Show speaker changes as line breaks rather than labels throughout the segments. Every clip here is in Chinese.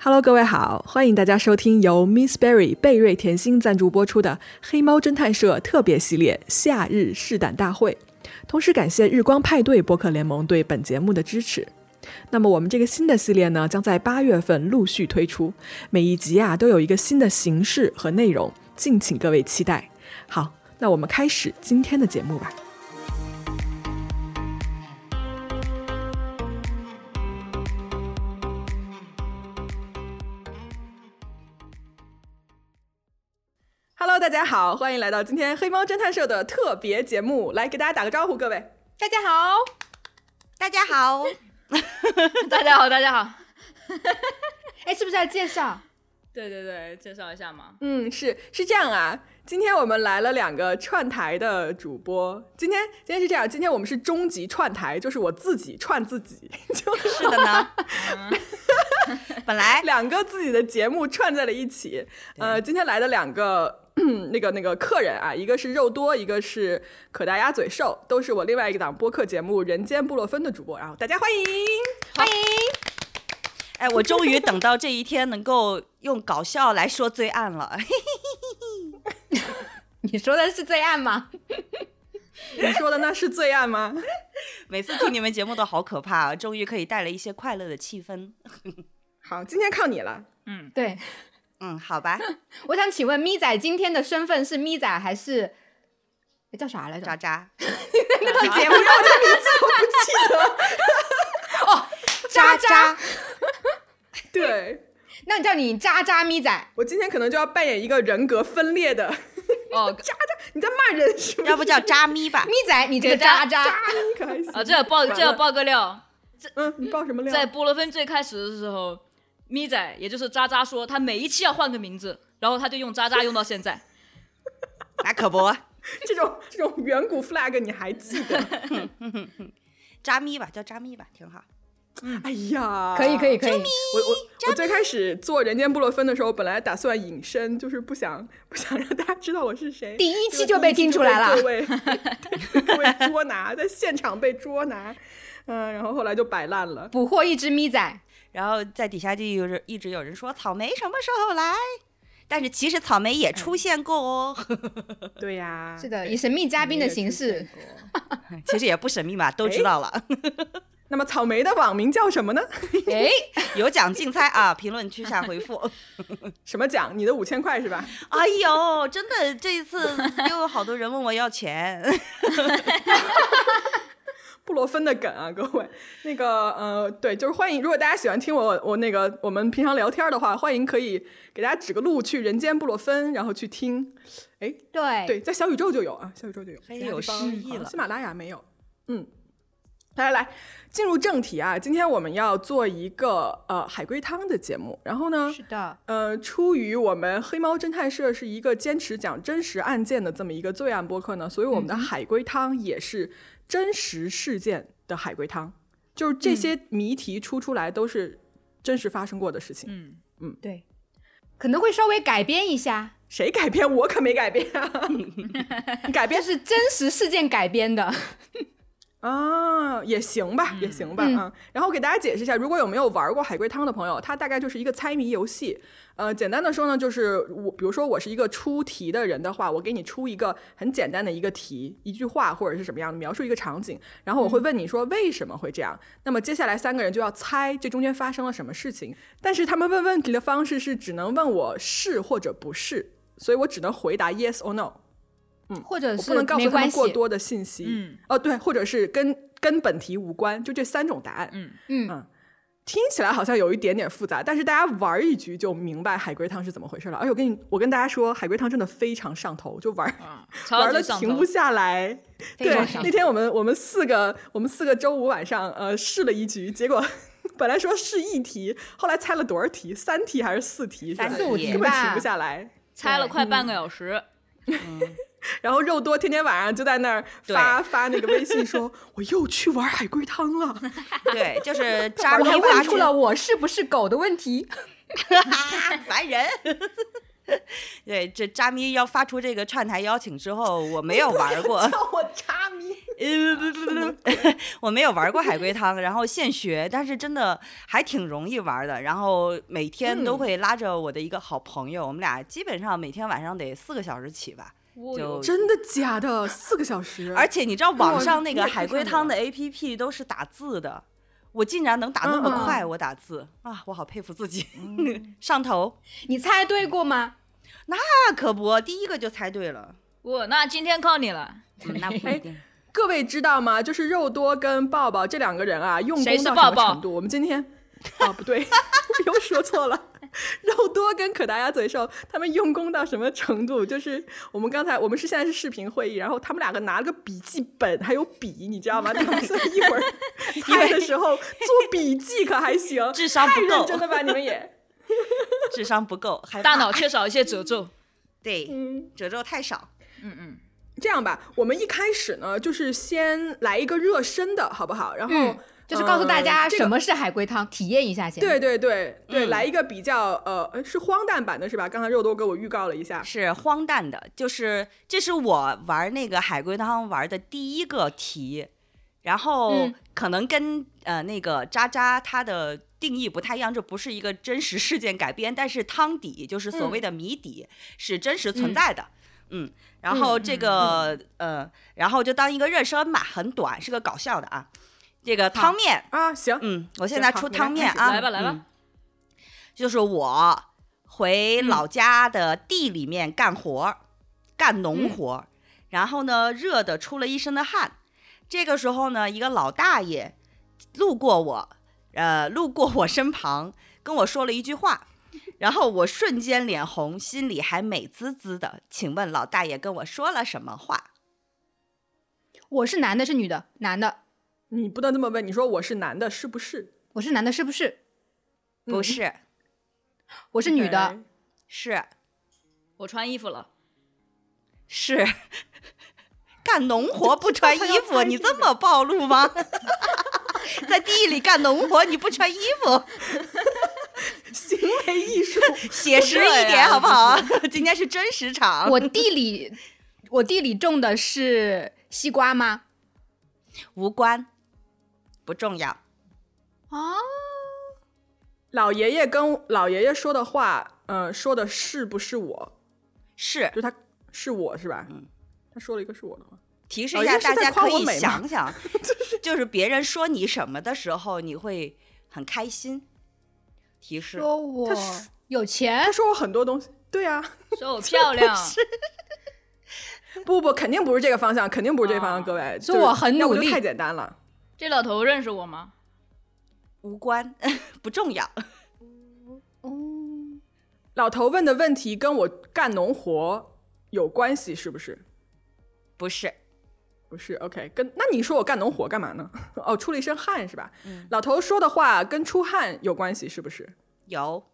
Hello，各位好，欢迎大家收听由 Miss Berry 贝瑞甜心赞助播出的《黑猫侦探社》特别系列《夏日试胆大会》，同时感谢日光派对播客联盟对本节目的支持。那么我们这个新的系列呢，将在八月份陆续推出，每一集啊都有一个新的形式和内容，敬请各位期待。好，那我们开始今天的节目吧。Hello，大家好，欢迎来到今天黑猫侦探社的特别节目，来给大家打个招呼，各位。
大家好，大家好，
大家好，大家好。
哎，是不是要介绍？
对对对，介绍一下嘛。
嗯，是是这样啊。今天我们来了两个串台的主播。今天今天是这样，今天我们是终极串台，就是我自己串自己，就是
是的 呢。本来
两个自己的节目串在了一起。呃，今天来的两个。 那个那个客人啊，一个是肉多，一个是可达鸭嘴兽，都是我另外一个档播客节目《人间布洛芬》的主播，然后大家欢迎。
欢迎，
哎，我终于等到这一天，能够用搞笑来说罪案了。
你说的是罪案吗？
你说的那是罪案吗？
每次听你们节目都好可怕啊！终于可以带来一些快乐的气氛。
好，今天靠你了。
嗯，
对，
嗯，好吧，
我想请问咪仔今天的身份是咪仔还是哎叫啥来着
渣？渣，
那套节目
不要这名字我不记得。
渣渣，
对
那你叫你渣渣咪仔，
我今天可能就要扮演一个人格分裂的，
哦，
你在骂人是吗？
要不叫渣咪吧？
咪仔你这个渣渣，
你可还行
啊，这要爆，这要，爆个料，
嗯，你爆什么料？
在波罗芬最开始的时候，咪仔也就是渣渣说他每一期要换个名字，然后他就用渣渣用到现在。
那可不，
这种这种远古 flag 你还记得？
渣咪吧，叫渣咪吧，挺好。
哎呀，
可以可以。可以，
我我我最开始做《人间布洛芬》的时候，本来打算隐身，就是不想不想让大家知道我是谁。
第一期
结
就
果第
被
一期
听
就
出来
各
了，
位对各位捉拿，在现场被捉拿。嗯，然后后来就摆烂了。
捕获一只咪仔，
啊
然后在底下就有人一直有人说草莓什么时候来，但是其实草莓也出现过哦，
对呀，
是的，以神秘嘉宾的形式，。哎
其实也不神秘嘛，都知道了。
那么草莓的网名叫什么呢？
哎，
有奖竞猜啊，评论区下回复。
什么奖？你的五千块是吧？
哎呦，真的，这一次又有好多人问我要钱。
布洛芬的梗啊，各位，那个呃，对，就是欢迎，如果大家喜欢听我我那个我们平常聊天的话，欢迎可以给大家指个路去人间布洛芬，然后去听。
对，
对，在小宇宙就有啊，小宇宙就有，
嘿
其他
哎有
地方
诗意
好像
了
喜马拉雅没有。嗯，来来来，进入正题啊，今天我们要做一个呃海龟汤的节目，然后呢，
是的，
呃，出于我们黑猫侦探社是一个坚持讲真实案件的这么一个罪案播客呢，所以我们的海龟汤也是真实事件的海龟汤，就是这些谜题出出来都是真实发生过的事情。
嗯，
对，可能会稍微改编一下，
谁改编？我可没改编啊！你改
这
编
是真实事件改编的，
啊，也行吧，也行吧
嗯
啊。然后给大家解释一下，如果有没有玩过海龟汤的朋友，它大概就是一个猜谜游戏。呃，简单的说呢，就是我，比如说我是一个出题的人的话，我给你出一个很简单的一个题，一句话或者是什么样的描述一个场景，然后我会问你说为什么会这样。那么接下来三个人就要猜这中间发生了什么事情，但是他们问问题的方式是只能问我是或者不是，所以我只能回答 yes or no。
或者
嗯我
是
不能告
没
诉他
关
们
系，
过多的信息。
嗯，
哦，对，或者是跟跟本题无关，就这三种答案。
嗯
嗯
听起来好像有一点点复杂，但是大家玩一局就明白海龟汤是怎么回事了。而哎且我跟你，我跟大家说，海龟汤真的非常上头，就玩。
啊，
玩
超
的
级上
停
头
不。下来，
非
对
常上，
那天我们我们四个我们四个周五晚上呃试了一局，结果 本来说是一题，后来猜了多少题？三题还是四题？
三
是吧
四五题
根本
吧
停不下来。
猜了快半个小时，
然后肉多天天晚上就在那儿发发那个微信说， 我又去玩海龟汤了。
对， 就是渣
我
咪
还
发
问出了我是不是狗的问题，
烦人。 对，这渣咪要发出这个串台邀请之后，我没有玩过，
哎
叫我渣迷。
呃不不不不，我没有玩过海龟汤，然后现学，但是真的还挺容易玩的。然后每天
嗯
都会拉着我的一个好朋友，我们俩基本上每天晚上得四个小时起吧。
我
就
真的假的？四个小时，
而且你知道网上那个
哇你也太
海龟汤的 APP 都是打字的，我竟然能打那么快，我打字啊，我好佩服自己， 上头。
你猜对过吗？
那可不，第一个就猜对了，
我那今天靠你了，
嗯那不一定。
各位知道吗？就是肉多跟抱抱这两个人啊，用功
谁是
到什
抱
么
抱
程度？我们今天啊，不对， 我又说错了。肉多跟可达鸭嘴兽他们用功到什么程度？就是我们刚才我们是现在是视频会议，然后他们两个拿了个笔记本还有笔，你知道吗？他们所以一会儿猜的时候做笔记可还行，
智商
太
不
认真
够，
了吧？你们也，
智商不够，还
大
怕
脑缺少一些褶皱。
对
嗯。
褶皱太少。
嗯嗯，
这样吧，我们一开始呢，就是先来一个热身的，好不好？然后、
嗯就是告诉大家
呃这
什
个
么是海龟汤，体验一下先。
对，对对对，
嗯
来一个比较呃呃是荒诞版的是吧？刚才肉多给我预告了一下，
是荒诞的，就是这是我玩那个海龟汤玩的第一个题，然后
嗯
可能跟、呃那个渣渣它的定义不太一样，这不是一个真实事件改编，但是汤底就是所谓的谜底、是真实存在的。嗯，然后这个、呃，然后就当一个热身吧，很短，是个搞笑的啊。这个汤面，
啊，行，
嗯，我现
行
在
好
出
你来
汤面
开始
啊，
来吧来吧
嗯就是我回老家的地里面干活儿，干农活儿，然后呢，热的出了一身的汗。这个时候呢，一个老大爷路过我，呃，路过我身旁，跟我说了一句话，然后我瞬间脸红，心里还美滋滋的。请问老大爷跟我说了什么话？
我是男的，是女的？男的，
你不能这么问，你说我是男的，是不是？
我是男的，是不是？
不是，
我是女的，
OK，
是
我穿衣服了，
是。干农活不穿衣服，你这么暴露吗？ 在地里干农活，你不穿衣服，
行为艺术，
写实一点好不好？ 今天是真实 场，
我地里，我地里种的是西瓜吗？
无关，不重要。
哦
啊，
老爷爷跟老爷爷说的话，嗯、说的是不是我？
是
就他是我是吧？
嗯
他说了一个是我的话，
提示
老
一
爷
下，
是在
大家
夸
可
我
以
美吗
想想，就是别人说你什么的时候，你会很开心。提示
说我
他是
有钱
他，说我很多东西，对啊，
说我漂亮，
不不，肯定不是这个方向，肯定不是这个方向，
啊
各位，就
说
是
我很
要
努
不就
力
太简单了。
这老头认识我吗？
无关， 不重要。
嗯，
老头问的问题跟我干农活有关系，是不是？
不是，
不是，OK，跟那你说我干农活干嘛呢？哦，出了一身汗是吧？
嗯
老头说的话跟出汗有关系，是不是
有，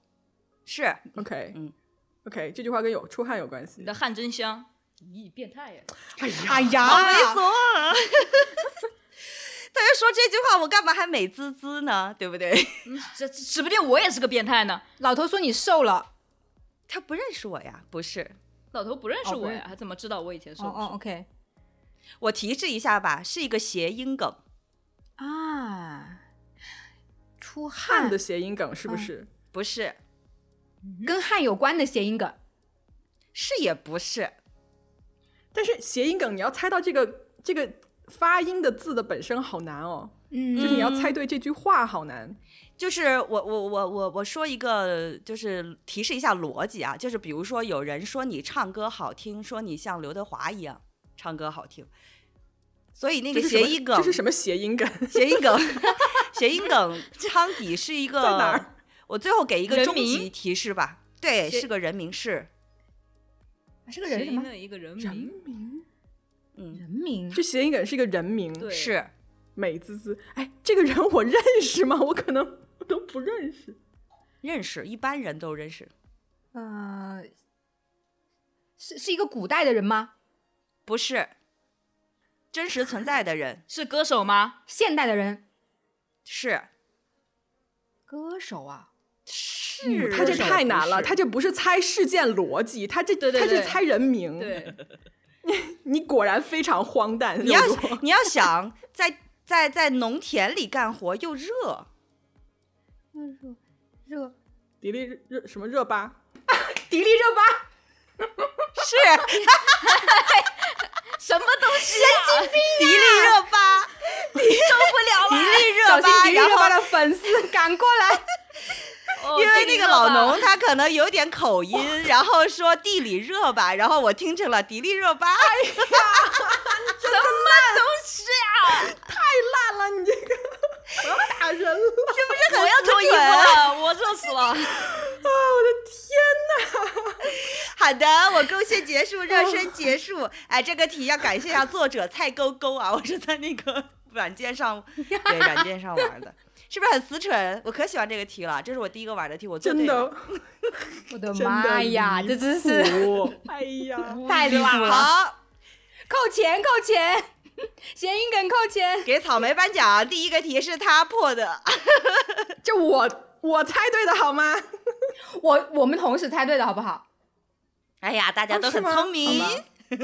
是
？OK，
嗯
o k 这句话跟有出汗有关系
你。的汗真香。咦，变态呀！
哎
好猥
呀，
琐啊！ 他就说这句话，我干嘛还美滋滋呢？对不 对？
嗯这这指不定我也是个变态呢。
老头说你瘦了，
他不认识我呀，不是。
老头不认识
哦不
我
认
呀，他怎么知道我以前
哦
说
哦，OK
我提示一下吧，是一个谐音梗，
啊，出
汗
汗
的谐音梗是不是？
不是，
跟汗有关的谐音梗，
是也不是，
但是谐音梗你要猜到这个这个发音的字的本身好难哦，就是
嗯
你要猜对这句话好
嗯
难。
就是我我我我我说一个，就是提示一下逻辑啊，就是比如说有人说你唱歌好听，说你像刘德华一样唱歌好听，所以那
这是
个
什
谐
么
音梗
这是什么谐音梗？
谐音梗，谐音梗汤底是一个
在哪儿
我最后给一个
人
终
名
极提示吧，对，
谐
是个人名是，
是个人什
音
么
的一个人
人
名，
名，
嗯，
人名？
这谐音梗是一个人名，
对，
是
美滋滋。哎，这个人我认识吗？我可能都不认识。
认识，一般人都认识，
呃，是是一个古代的人吗？
不是真实存在的人，
是歌手吗？
现代的人？
是
歌手啊，
是。嗯是
啊他这太难了，他
这
这不是猜事件逻辑，他这
对对
他
对
是猜人名。
对，
你果然非常荒诞，
你要
肉多
你要想在在在农田里干活又热，
热热
迪丽热热什么热巴？
迪丽热巴，
是
什么东西啊
迪丽热巴，
受不
迪
了了？
丽
小
热
心
巴，
迪丽
然
热巴
后
的粉丝赶过来，
哦
因为那
地理
个
热
老
吧
农他可能有点口音，然后说地里热吧，然后我听成了迪丽热巴，
什么东西啊？
太 烂了，你这个 我要打人了！
这很
我要脱衣服了， 我热死了。
好的，我勾线结束，热身结束。哎，这个题要感谢一下作者蔡勾勾啊，我是在那个 软件上，对软件上玩的，是不是很死蠢？我可喜欢这个题了，这是我第一个玩的题，我做
真
对了
的，
我的
真的
妈呀，
离
这真是
谱！ 哎呀，
太离谱了，
好，
扣钱扣钱，谐音梗扣钱，
给草莓颁奖。第一个题是他破的，
这我我猜对的好吗？
我我们同时猜对的好不好？
哎呀，大家
哦
都
是
很
吗
聪明。
好吧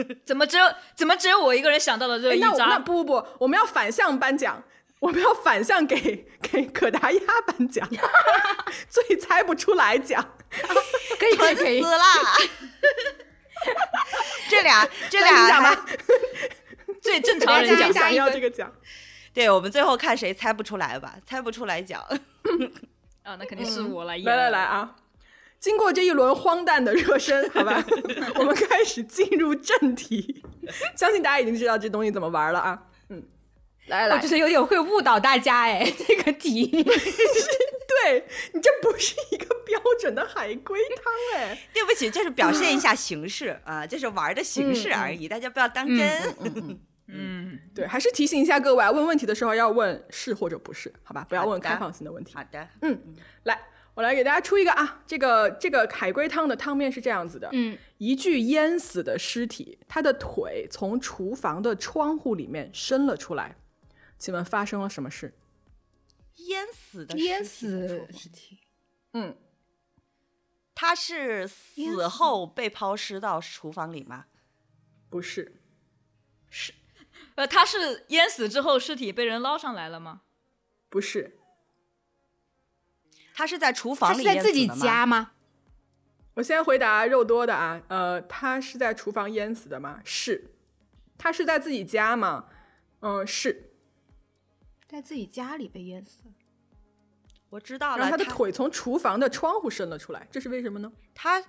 怎么只有怎么只有我一个人想到了热
哎
一
那我那
扎？
不不不，我们要反向颁奖，我们要反向给给可达鸭颁奖， 最猜不出来奖。
可以可以
蠢
可以
死，啦！这俩，这
那
俩
你讲
还
吧，
最正常人
大
讲
家。
想
一
要
个
这个奖，
对我们最后看谁猜不出来吧，猜不出来讲。
啊，那肯定是
哎
我了。
来来来，啊！经过这一轮荒诞的热 身，好吧，我们开始进入正题。相信大家已经知道这东西怎么玩了啊。嗯，来
我
来
觉，得有点会误导大家哎， 这个题。
对你这不是一个标准的海龟汤哎，
对不起，就是表现一下形式啊，就是玩的形式而已，大家不要当真。
嗯，
对，还是提醒一下各位啊，问问题的时候要问是或者不是，好吧，不要
好
问
的
开放性的问题。
好的，
来，我来给大家出一个啊，这个这个海龟汤的汤面是这样子的，
嗯，
一具淹死的尸体，他的腿从厨房的窗户里面伸了出来，请问发生了什么事？
淹死的，
淹死，尸体，
嗯，
他是
淹
死
死
后被抛尸到厨房里吗？
不是，
呃，他是淹死之后尸体被人捞上来了吗？
不是，
他是在厨
他
房
是
里
在
淹
自
死
己
的吗
家吗？
我先回答肉多的啊，呃，他是在厨房淹死的吗？是，他是在自己家吗？嗯、是。
在自己家里被淹死。
我知道
然
了，
后他的
他
腿从厨房的窗户伸了出来，这是为什么呢？
他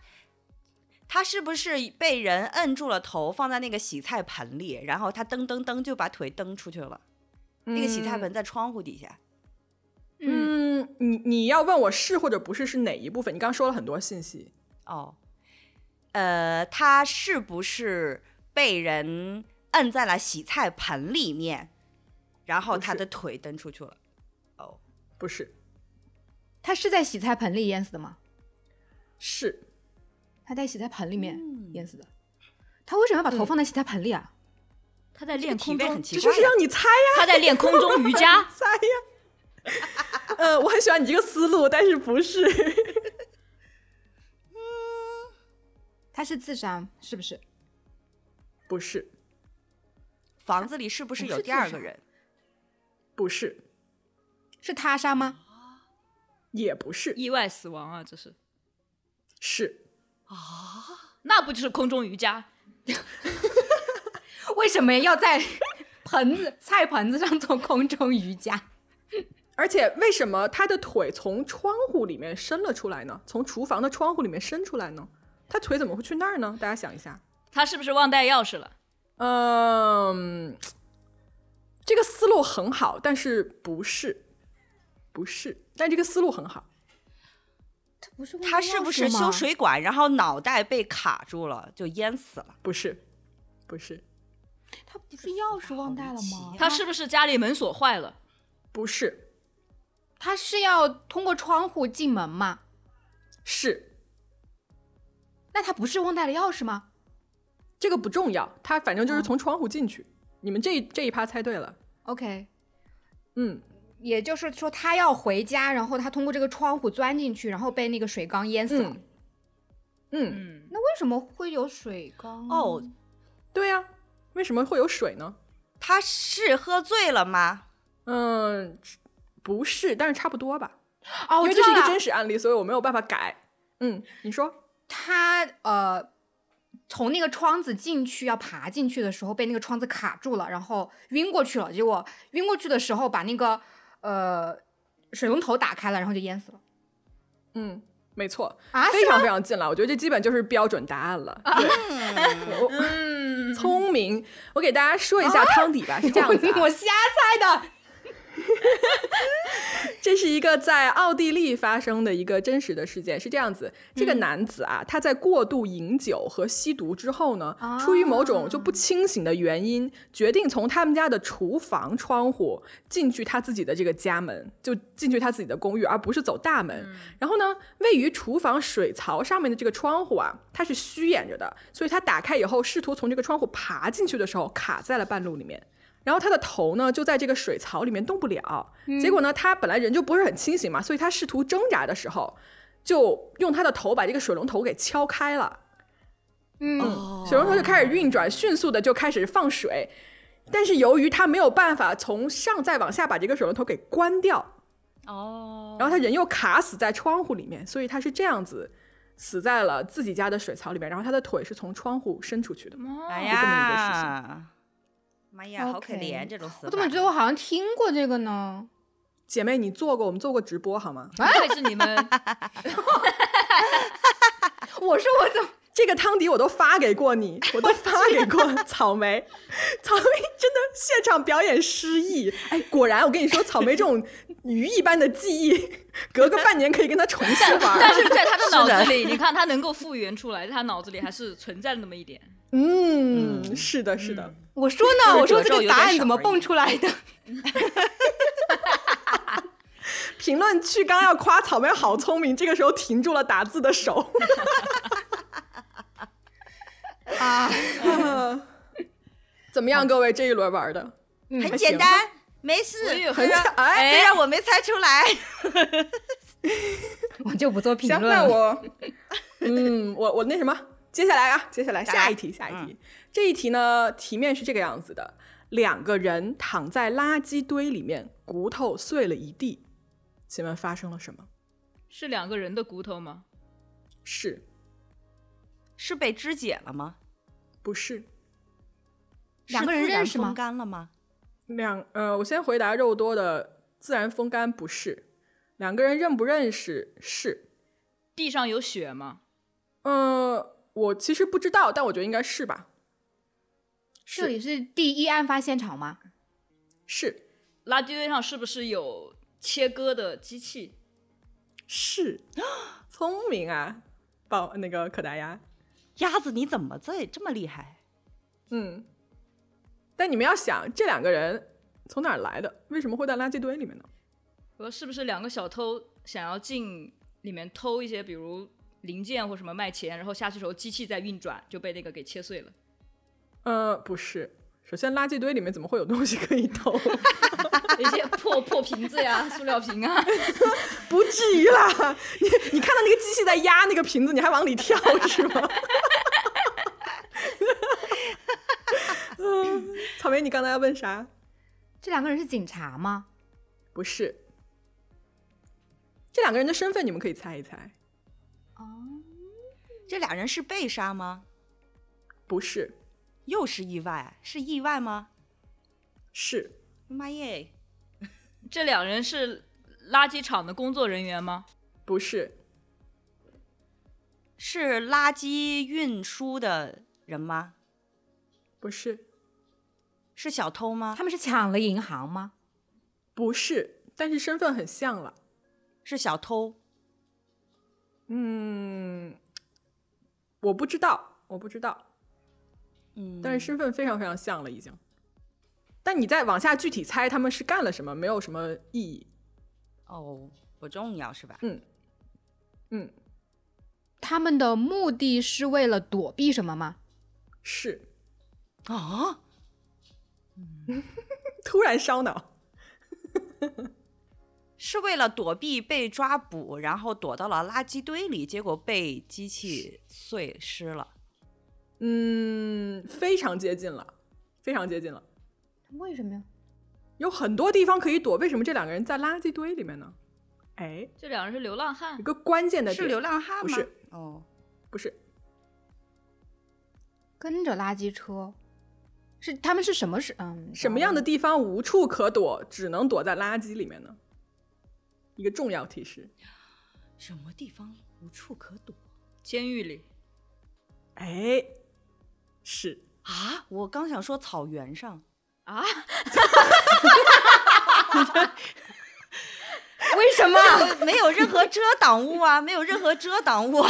他是不是被人摁住了头，放在那个洗菜盆里，然后他噔噔噔就把腿蹬出去了？那个洗菜盆在窗户底下，
嗯，
嗯，你你要问我是或者不是是哪一部分？你刚刚说了很多信息，
哦，呃，他是不是被人摁在了洗菜盆里面，然后
不
他
是
的腿蹬出去了？哦，
不是，
他是在洗菜盆里淹死的吗？
是
他在洗菜盆里面
嗯
淹死的。他为什么要把头放在洗菜盆里啊？
他在
这个
练
体
空
位
中
很，奇
这
怪
就是
呀，
让你猜呀、 。
他在练空中瑜伽
猜呀、 呃，我很喜欢你这个思路，但是不是？
他是自杀是不是？
不是，
房子里是不是
不
有
是
第
自
二
杀
个人？
不是，
是他杀吗？
也不是，
意外死亡啊，这是，
是
那不就是空中瑜伽？
为什么要在盆子菜盆子上做空中瑜伽？
而且为什么他的腿从窗户里面伸了出来呢？从厨房的窗户里面伸出来呢？他腿怎么会去那儿呢？大家想一下。
他是不是忘带钥匙了？
嗯，这个思路很好，但是不是，不是，但这个思路很好。
他不是
他是不是修？水管，然后脑袋被卡住了，就淹死了？
不是，不是，
他不是钥匙忘带了吗？
他是不是家里门锁坏了？
不是，
他是要通过窗户进门吗？
是
那他不是忘带了钥匙吗？
这个不重要，他反正就是从窗户进去。你们这一这一趴猜对了，
OK，
嗯，
也就是说他要回家，然后他通过这个窗户钻进去，然后被那个水缸淹死了。
嗯嗯，
嗯，
那为什么会有水缸？
哦，
对呀、为什么会有水呢？
他是喝醉了吗？
嗯，不是，但是差不多吧。
哦，
因
我
为
知
这是
道
一个
了，
真实案例，所以我没有办法改。嗯，你说，
他呃从那个窗子进去要爬进去的时候，被那个窗子卡住了，然后晕过去了。结果晕过去的时候，把那个呃水龙头打开了，然后就淹死了。
嗯，没错，
啊，，
非常非常近了。我觉得这基本就是标准答案了。对，我我
嗯，
聪明，我给大家说一下汤底吧，是这样子、啊
我瞎猜的。
这是一个在奥地利发生的一个真实的事件，是这样子：这个男子啊，他在过度饮酒和吸毒之后呢，
啊
出于某种就不清醒的原因，决定从他们家的厨房窗户进去他自己的这个家门，就进去他自己的公寓，而不是走大门。然后呢，位于厨房水槽上面的这个窗户啊，它是虚掩着的，所以他打开以后，试图从这个窗户爬进去的时候，卡在了半路里面。然后他的头呢就在这个水槽里面动不了。结果呢，他本来人就不是很清醒嘛，所以他试图挣扎的时候，就用他的头把这个水龙头给敲开了，
嗯，
哦
水龙头就开始运转，迅速的就开始放水。但是由于他没有办法从上再往下把这个水龙头给关掉，
哦，
然后他人又卡死在窗户里面，所以他是这样子死在了自己家的水槽里面，然后他的腿是从窗户伸出去的。
哦
哦
哎
就这么一个事情
呀，妈呀，好
OK
可怜这种死法。
我怎么觉得我好像听过这个呢？
姐妹，你做过我们做过直播好吗？
不愧是你们，
我说我怎么？
这个汤底我都发给过你，我都发给过 草莓，草莓真的现场表演失忆。哎，果然我跟你说，草莓这种鱼一般的记忆，隔个半年可以跟他重新玩
但
儿。嗯
是在他的脑子里，你看他能够复原出来，在他脑子里还是存在了那么一点。
嗯，是的，是的。
我说
就
呢？
是
啊我说
褶
这
皱
个
有
答
点
案
少
怎么
而已
蹦出来的？
评论区刚要夸草莓好聪明，这个时候停住了打字的手。
啊，
怎么样，各位这一轮玩的？
嗯
很简单，没事
我也，有
虽 然
很哎
虽然我没猜出来，
我就不做评
行，
论
那
了。
我，嗯，我我那什么，接下来啊，接下来
答
下
案
一题，下
嗯
一题，这一题呢，题面是这个样子的：两个人躺在垃圾堆里面，骨头碎了一地，请问发生了什么？
是两个人的骨头吗？
是
是被肢解了 吗？
不是？
两个人
是自然
认识吗
风干了吗？
两呃，我先回答肉多的，自然风干不是，两个人认不认识是，
地上有血吗？
呃，我其实不知道，但我觉得应该是吧，
这
是
里是第一案发现场吗？
是
垃圾堆上是不是有切割的机器？
是，聪明啊，宝那个可达鸭。
鸭子你怎么这这么厉害？
嗯，但你们要想，这两个人从哪儿来的？为什么会在垃圾堆里面呢？
我说是不是两个小偷想要进里面偷一些，比如零件或什么卖钱，然后下去时候机器在运转，就被那个给切碎 了。
呃，不是。首先，垃圾堆里面怎么会有东西可以偷？
一些破破瓶子呀、 塑料瓶啊，
不至于啦！你你看到那个机器在压那个瓶子，你还往里跳是吗？ 嗯草莓，你刚才要问啥？
这两个人是警察吗？
不是，这两个人的身份你们可以猜一猜。
这俩人是被杀吗？
不是，
又是意外？是意外吗？？Oh
是
妈耶！
这两人是垃圾场的工作人员吗？
不是？
是垃圾运输的人吗？
不是，
是小偷吗
他？们是抢了银行吗？
不是，但是身份很像了。
是小偷？
嗯，我不知道，我不知道，
嗯，
但是身份非常非常像了，已经。但你再往下具体猜他们是干了什么，没有什么意义。
哦，不重要是吧？
嗯，
他们的目的是为了躲避什么吗？
是，
啊，
突然烧脑。
是为了躲避被抓捕，然后躲到了垃圾堆里，结果被机器碎尸了。
嗯，非常接近了，非常接近了。
为什么呀？
有很多地方可以躲，为什么这两个人在垃圾堆里面呢？哎，
这两人是流浪汉
有，个关键的
是流
点，
浪汉吗？
不是，
哦，
不是
跟着垃圾车，是他们是什么是嗯
什么样的？地方无处可躲，只能躲在垃圾里面呢？一个重要提示。
什么地方无处可躲
监狱里，
哎，是
啊？我刚想说草原上，
为 什么？
没有任何遮挡物啊， 没有任何遮挡物啊，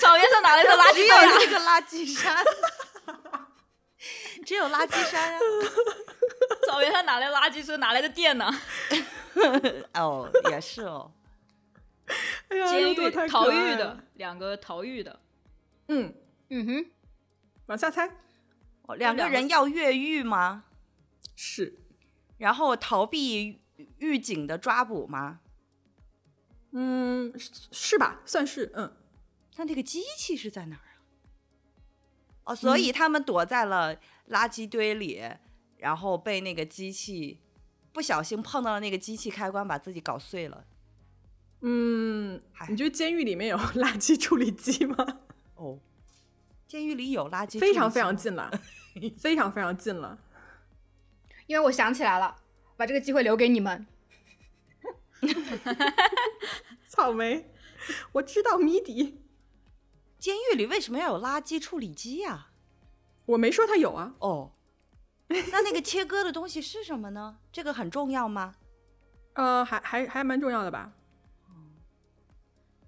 草原上哪来的垃圾
只有
堆啊？
那个垃圾山， 只有垃圾山 啊。
草原上哪来垃圾车？哪来的电呢？
哦，也是哦。
哎呀
监
肉多
狱
太可
逃
爱
狱
了
的，两个逃狱的，
嗯，
嗯哼，
往下猜
哦两个
两个
人要越狱吗？
是，
然后逃避狱警的抓捕吗？
嗯，是是吧？算是，嗯，
那那个机器是在哪儿啊？哦，所以他们躲在了垃圾堆里，然后被那个机器不小心碰到了那个机器开关，把自己搞碎了。
嗯
嗨，
你觉得监狱里面有垃圾处理机吗？
哦，监狱里有垃圾，
非常非常。近了，非常非常近了。
因为我想起来了，把这个机会留给你们。
草莓，我知道谜底，
监狱里为什么要有垃圾处理机啊呀、
我没说它有啊，
哦，那那个切割的东西是什么呢？这个很重要吗？
呃，还还还蛮重要的吧，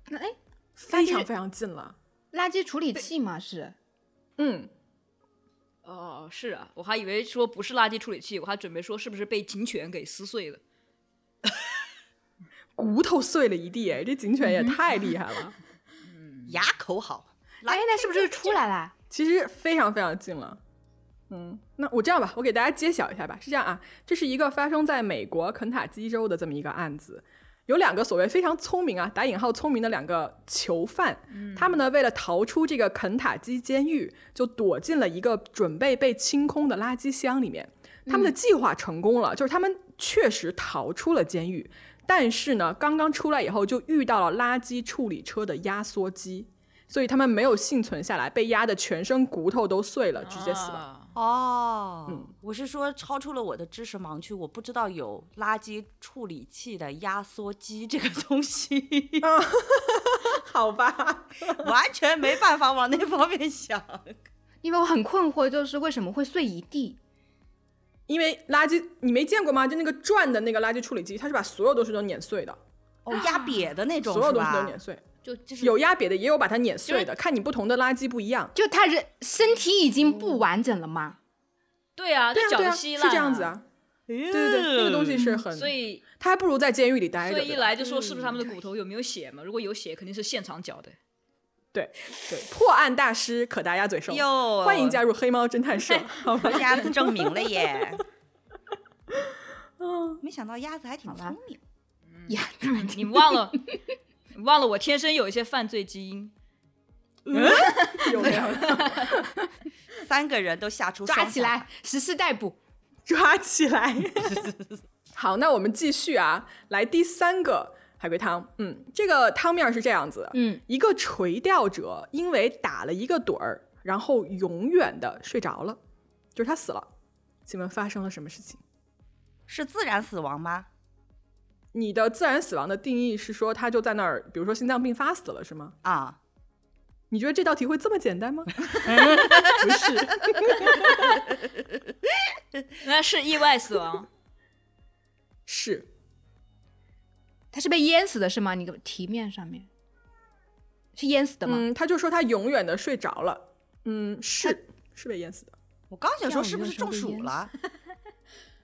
那哎，
非
是
常非常近了。
垃圾处理器嘛是，
嗯，
哦，是啊，我还以为说不是垃圾处理器，我还准备说是不是被警犬给撕碎了。
骨头碎了一地，哎，这警犬也太厉害了。
牙口好，垃
哎，那是不是就出来啦？
其实非常非常近了。嗯，那我这样吧，我给大家揭晓一下吧。是这样啊，这是一个发生在美国肯塔基州的这么一个案子，有两个所谓非常聪明啊（打引号聪明）的两个囚犯，他们呢为了逃出这个肯塔基监狱，就躲进了一个准备被清空的垃圾箱里面。他们的计划成功了，就是他们确实逃出了监狱，但是呢，刚刚出来以后就遇到了垃圾处理车的压缩机。所以他们没有幸存下来，被压得全身骨头都碎了，直接死了。
啊
哦，
嗯
我是说超出了我的知识盲区，我不知道有垃圾处理器的压缩机这个东西，
好吧，
完全没办法往那方面想。
因为我很困惑，就是为什么会碎一地？
因为垃圾你没见过吗？就那个转的那个垃圾处理机，它是把所有东西都碾碎的，
哦，压瘪的 那种，
所有
是
东西都
吧？
碾碎。
就就是
有压瘪的，也有把它碾碎的，看你不同的垃圾不一样。
就他人身体已经不完整了吗？
对啊，
对
就
啊，
脚
对啊，
稀
是
烂
这样子
了。嗯
啊。对
对
对对，那个东西是很，
所以
他还不如在监狱里嗯待着。
所以一
对吧
来就说是不是他们的骨头有没有血嘛？如果有血，肯定是现 场绞的。
对对，破案大师可达鸭嘴兽，
哟，
欢 迎加入黑猫侦探 社。好吧，
鸭子证明了耶。没想到鸭子还挺
好吧
聪明。
呀，
你忘了，你忘了我天生有一些犯罪基因，
有没有？
三个人都吓出
抓
双
起
手，
来，实施逮捕。
抓起来。 好，那我们继续啊，来第三个海龟汤。嗯，这个汤面是这样子：
嗯，
一个垂钓者因为打了一个盹儿，然后永远的睡着了，就是他死了。请问发生了什么事情？
是自然死亡吗？
你的自然死亡的定义是说他就在那儿，比如说心脏病发死了，是吗？
啊，
你觉得这道题会这么简 单吗？不是，
那是意外死亡。
是
他是被淹死的是吗？你个题面上面是淹死的吗？
嗯，他就说他永远的睡着了。嗯，是是被淹死的。
我刚想说
钓鱼
是不
的
是
时候被
中暑
淹
了？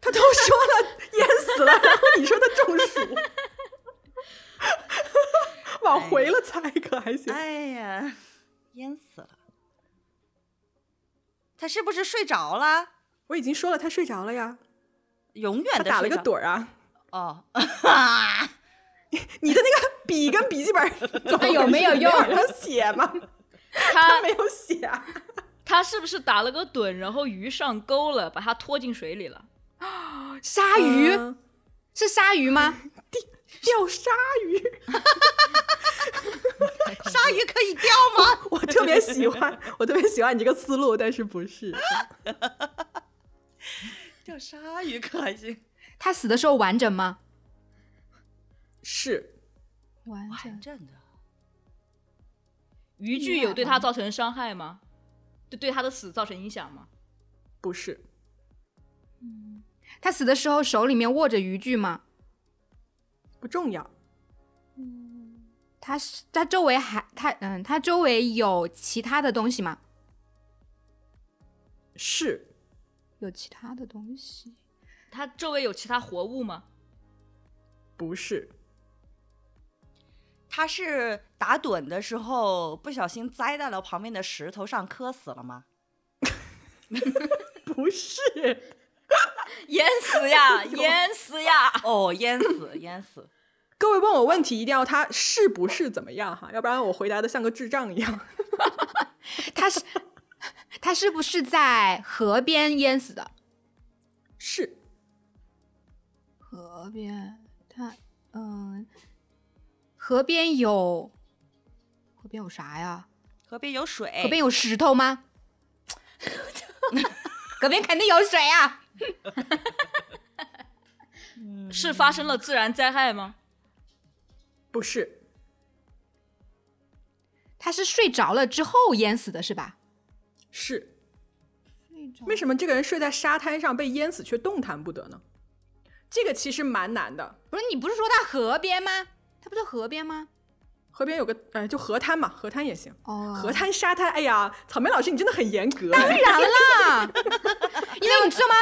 他都说了淹死了，然后你说他中暑， 往回了猜可还行？
哎呀，淹死了！他是不是睡着了？
我已经说了他睡着了呀，
永远
他
的
打了个盹儿啊，
哦，
你的那个笔跟笔记本怎么
有没有用
能写吗？
他
没有写啊，
他是不是打了个盹，然后鱼上钩了，把他拖进水里了？
鲨鱼、
嗯
是鲨鱼吗？
钓鲨鱼，
鲨鱼可以钓吗？
我特别喜欢， 我特别喜欢你这个思路，但是不是？
钓鲨鱼可还行？
他死的时候完整吗？
是
完
完。整的，
渔具有对他造成伤害吗？对对他的死造成影响吗？
不是？
他死的时候手里面握着渔具吗？
不重要，
他是他周围还他嗯，他周围有其他的东西吗？
是
有其他的东西。
他周围有其他活物吗？
不是？
他是打盹的时候不小心栽在了旁边的石头上，磕死了吗？
不是？
淹死 呀，淹死呀！
哦，淹死， 淹死。
各位问我问题，一定要他是不是怎么样哈，要不然我回答的像个智障一样。
他是 他是不是在河边淹死的？
是
河边，他嗯，河边有河边有啥呀？
河边有水，
河边有石头吗？ 河边肯定有水啊！
是发生了自然灾害吗？
不是？
他是睡着了之后淹死的是吧？
是。为什么这个人睡在沙滩上被淹死却动弹不得呢？这个其实蛮难的。
不是你不是说他河边吗？他不是河边吗？
河边有个，哎，就河滩嘛，河滩也行。
哦
河滩、沙滩，哎呀，草莓老师，你真的很严格。
当然啦，因为你知道吗？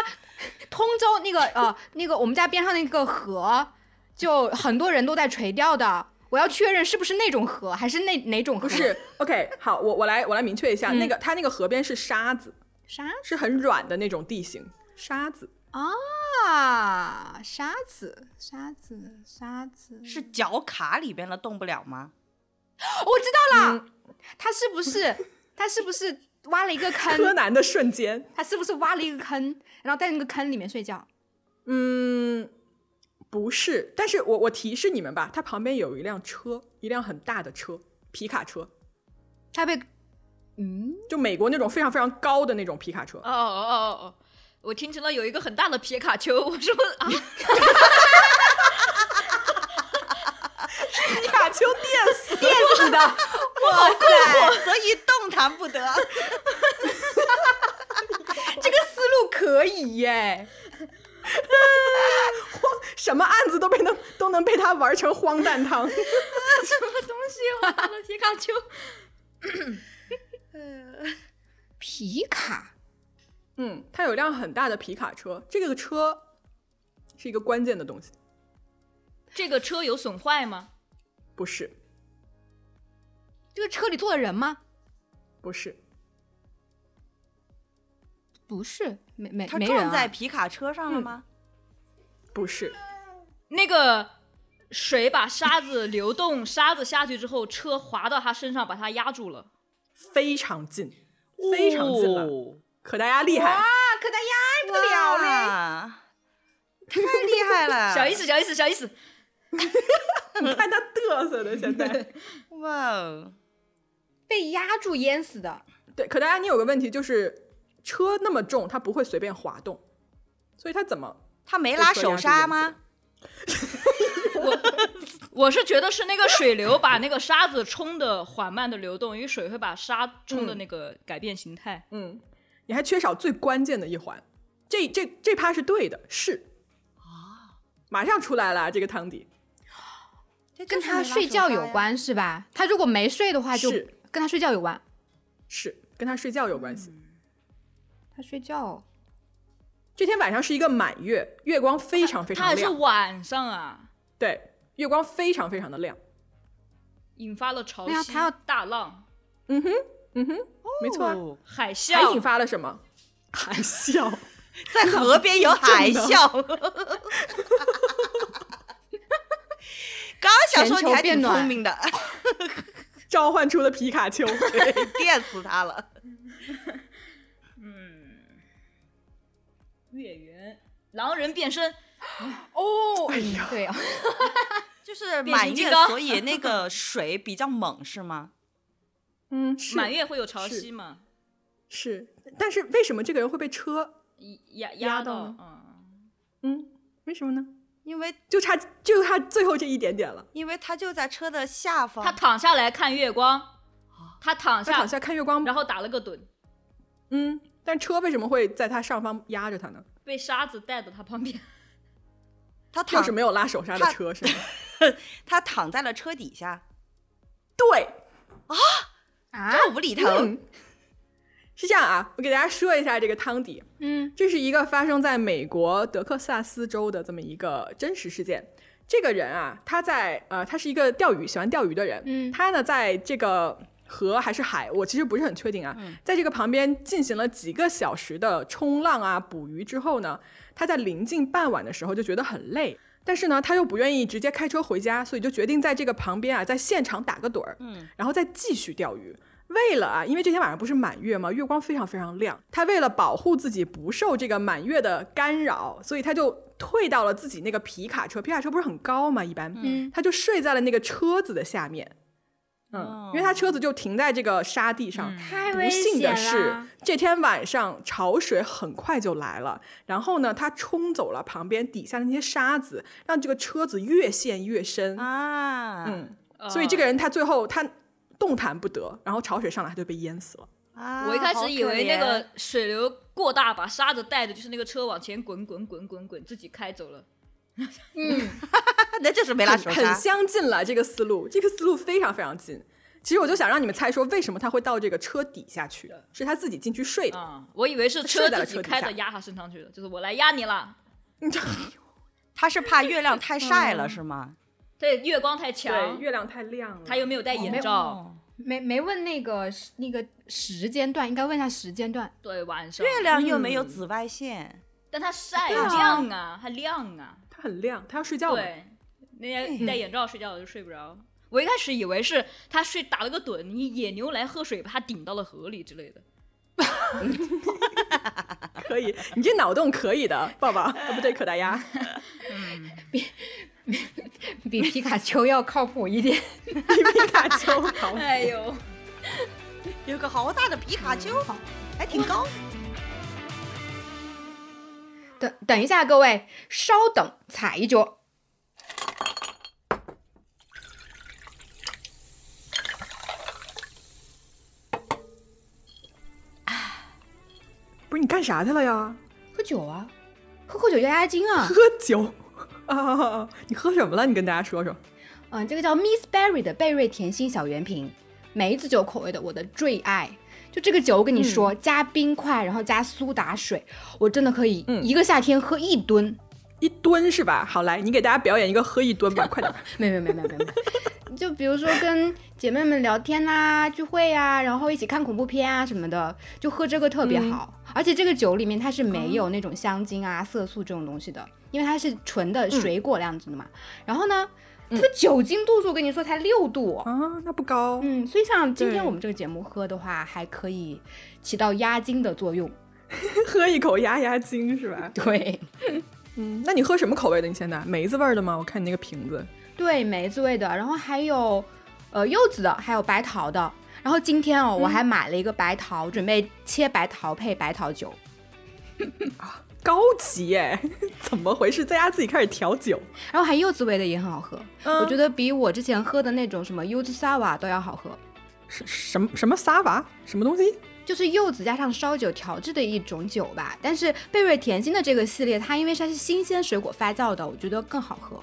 通州那个呃，那个我们家边上那个河，就很多人都在垂钓的。我要确认是不是那种河，还是那哪种河？
不是，OK，好，我我来我来明确一下，那个它那个河边是沙子，
啥
是很软的那种地形，沙子
啊？沙子，沙子，沙子。
是脚卡里边了，动不了吗？
我知道了，
嗯
他是不是他是不是挖了一个
柯
坑？
南的瞬间，
他是不是挖了一个坑，然后在那个坑里面睡觉？
嗯，不是，但是我我提示你们吧，它旁边有一辆车，一辆很大的车，皮卡车，
他被嗯，
就美国那种非常非常高的那种皮卡车
哦，哦哦哦哦！我听成了有一个很大的皮卡丘，我说啊，
皮卡丘 电死
电死的。
哇塞，所以动弹不得。
这个思路可以耶，
什么案子都被能都能被他玩成荒诞汤。
什么东西？我打了皮卡丘，
皮卡
嗯，他有一辆很大的皮卡车，这个车是一个关键的东西，
这个车有损坏吗？
不是，
这个车里坐的人吗？
不是，
不是，没没
他
没人、
撞
啊、
在皮卡车上了吗？
不是，
那个水把沙子流动，沙子下去之后，车滑到他身上，把他压住了。
非常近，
嗯
非常近了，
哦
可大家厉害。
啊，可他压不了嘞。
哇太厉害了！
小意思，小意思，小意思。
你看他嘚瑟的，现在
哇哦，
被压住淹死的，
对，可大家你有个问题就是，车那么重，它不会随便滑动，所以它怎么
他没拉手刹
被车压住
吗？
我是觉得是那个水流把那个沙子冲的缓慢的流动，因为水会把沙冲的那个改变形态。
嗯，你还缺少最关键的一环，这这这趴是对的，是啊，马上出来了这个汤底，
这就
跟
是没
他
拉手
睡觉有
刹呀。
关是吧？他如果没睡的话，就是跟他睡觉有关。
是跟他睡觉有关系。
嗯
他睡觉，
这天晚上是一个满月，月光非常非
它
常
还是
亮，
晚上啊，
对，月光非常非常的亮，
哦引发了潮
对啊
汐、
它要
大浪、
没错、啊。
哦
海啸。
还引发了什么？海啸，
在河边有海啸。刚想
全
说你
球
还
变
挺聪
暖，
明的，
召唤出了皮卡 丘。
电死他了。
嗯，月圆狼人变身，
哦，哎
嗯
呀，
对啊，
就是
变形
满
金
月
刚，
所以那个水比较猛，是吗？
嗯，是
满月会有潮
是
汐嘛？
是，但是为什么这个人会被车？
压
压
压
到
到
呢，
嗯，
嗯，为什么呢？
因为
就差就差最后这一点点了。
因为他就在车的下方，
他躺下来看月光，他躺
他
下
躺，下看月光，
然后打了个盹，
嗯，但车为什么会在他上方压着他呢？
被沙子带到他旁边，
他
要
躺
是没有拉手刹的
他
车是吗？
他躺在了车底下，
对，
啊，
这无厘头。
嗯，是这样啊，我给大家说一下这个汤底。
嗯
这是一个发生在美国德克萨斯州的这么一个真实事件。这个人啊，他在呃，他是一个钓鱼，喜欢钓鱼的人。
嗯
他呢，在这个河还是海，我其实不是很确定啊。
嗯
在这个旁边进行了几个小时的冲浪啊、捕鱼之后呢，他在临近傍晚的时候就觉得很累，但是呢，他又不愿意直接开车回家，所以就决定在这个旁边啊，在现场打个盹儿，
嗯，
然后再继续钓鱼。为了啊，因为这天晚上不是满月嘛，月光非常非常亮，他为了保护自己不受这个满月的干扰，所以他就退到了自己那个皮卡车，皮卡车不是很高嘛，一般，
嗯
他就睡在了那个车子的下面。嗯，因为他车子就停在这个沙地上，
太
不
危
幸
险
的是
了，，
这天晚上潮水很快就来了，然后呢，它冲走了旁边底下的那些沙子，让这个车子越陷越深。
啊，
嗯，
呃
所以这个人他最后他动弹不得，然后潮水上来他就被淹死了。
啊，
我一开
好
始以
可
为那
怜
个水流过大，把沙子带着，就是那个车往前滚滚滚滚滚，自己开走了。
嗯，
那就是没拉手
很很
刹，
相近了这个思路，这个思路非常非常近。其实我就想让你们猜说，为什么他会到这个车底下去？是他自己进去睡的。
啊、我以为是
睡
车
在了
自
车
己
底
开
下
着压他身上去的，就是我来压你了。
他是怕月亮太晒了，是吗？
对，月光太强，
月亮太亮了
他又没有戴眼罩，
哦
没没问那个时那个时间段，应该问一下时间段。
对，晚上
月，亮又没有紫外线，
但它晒
对啊
亮啊，它亮啊，
他很亮，他要睡觉了。
对，那些戴眼罩睡觉就睡不着。我一开始以为是他睡打了个盹，你野牛来喝水把他顶到了河里之类的。
可以，你这脑洞可以的，抱抱，啊不对，可达 鸭。
比皮卡丘要靠谱一点。
比皮卡丘好。
哎呦，
有个好大的皮卡丘，还挺高。
等等一下，各位，稍等，踩一脚。
不是你干啥去了呀？
喝酒啊，喝喝酒压压惊啊
喝。酒啊？你喝什么了？你跟大家说说。
嗯，这个叫 Miss Berry 的贝瑞甜心小圆瓶，梅子酒口味的，我的最爱。就这个酒，我跟你说，加冰块，然后加苏打水，我真的可以
嗯
一个夏天喝一吨。
一吨是吧？好，来，你给大家表演一个喝一吨吧，快点。
没有没有没有没有没有，就比如说跟姐妹们聊天啦、聚会呀、然后一起看恐怖片啊什么的，就喝这个特别好。而且这个酒里面它是没有那种香精啊、色素这种东西的，因为它是纯的水果那样子的嘛。然后呢，这个酒精度数我跟你说才六度，哦
啊，那不高。
嗯，所以像今天
对
我们这个节目喝的话，还可以起到压惊的作用。
喝一口压压惊是吧？
对，
嗯，那你喝什么口味的？你现在梅子味儿的吗？我看你那个瓶子。
对，梅子味的，然后还有呃柚子的，还有白桃的。然后今天
嗯
哦，我还买了一个白桃，准备切白桃配白桃酒。
高级哎，怎么回事？在家自己开始调酒，
然后还柚子味的也很好喝，
嗯
我觉得比我之前喝的那种什么柚子萨瓦都要好喝，
什什么什么沙娃，什么东西？
就是柚子加上烧酒调制的一种酒吧。但是贝瑞甜心的这个系列，它因为它是新鲜水果发酵的，我觉得更好喝。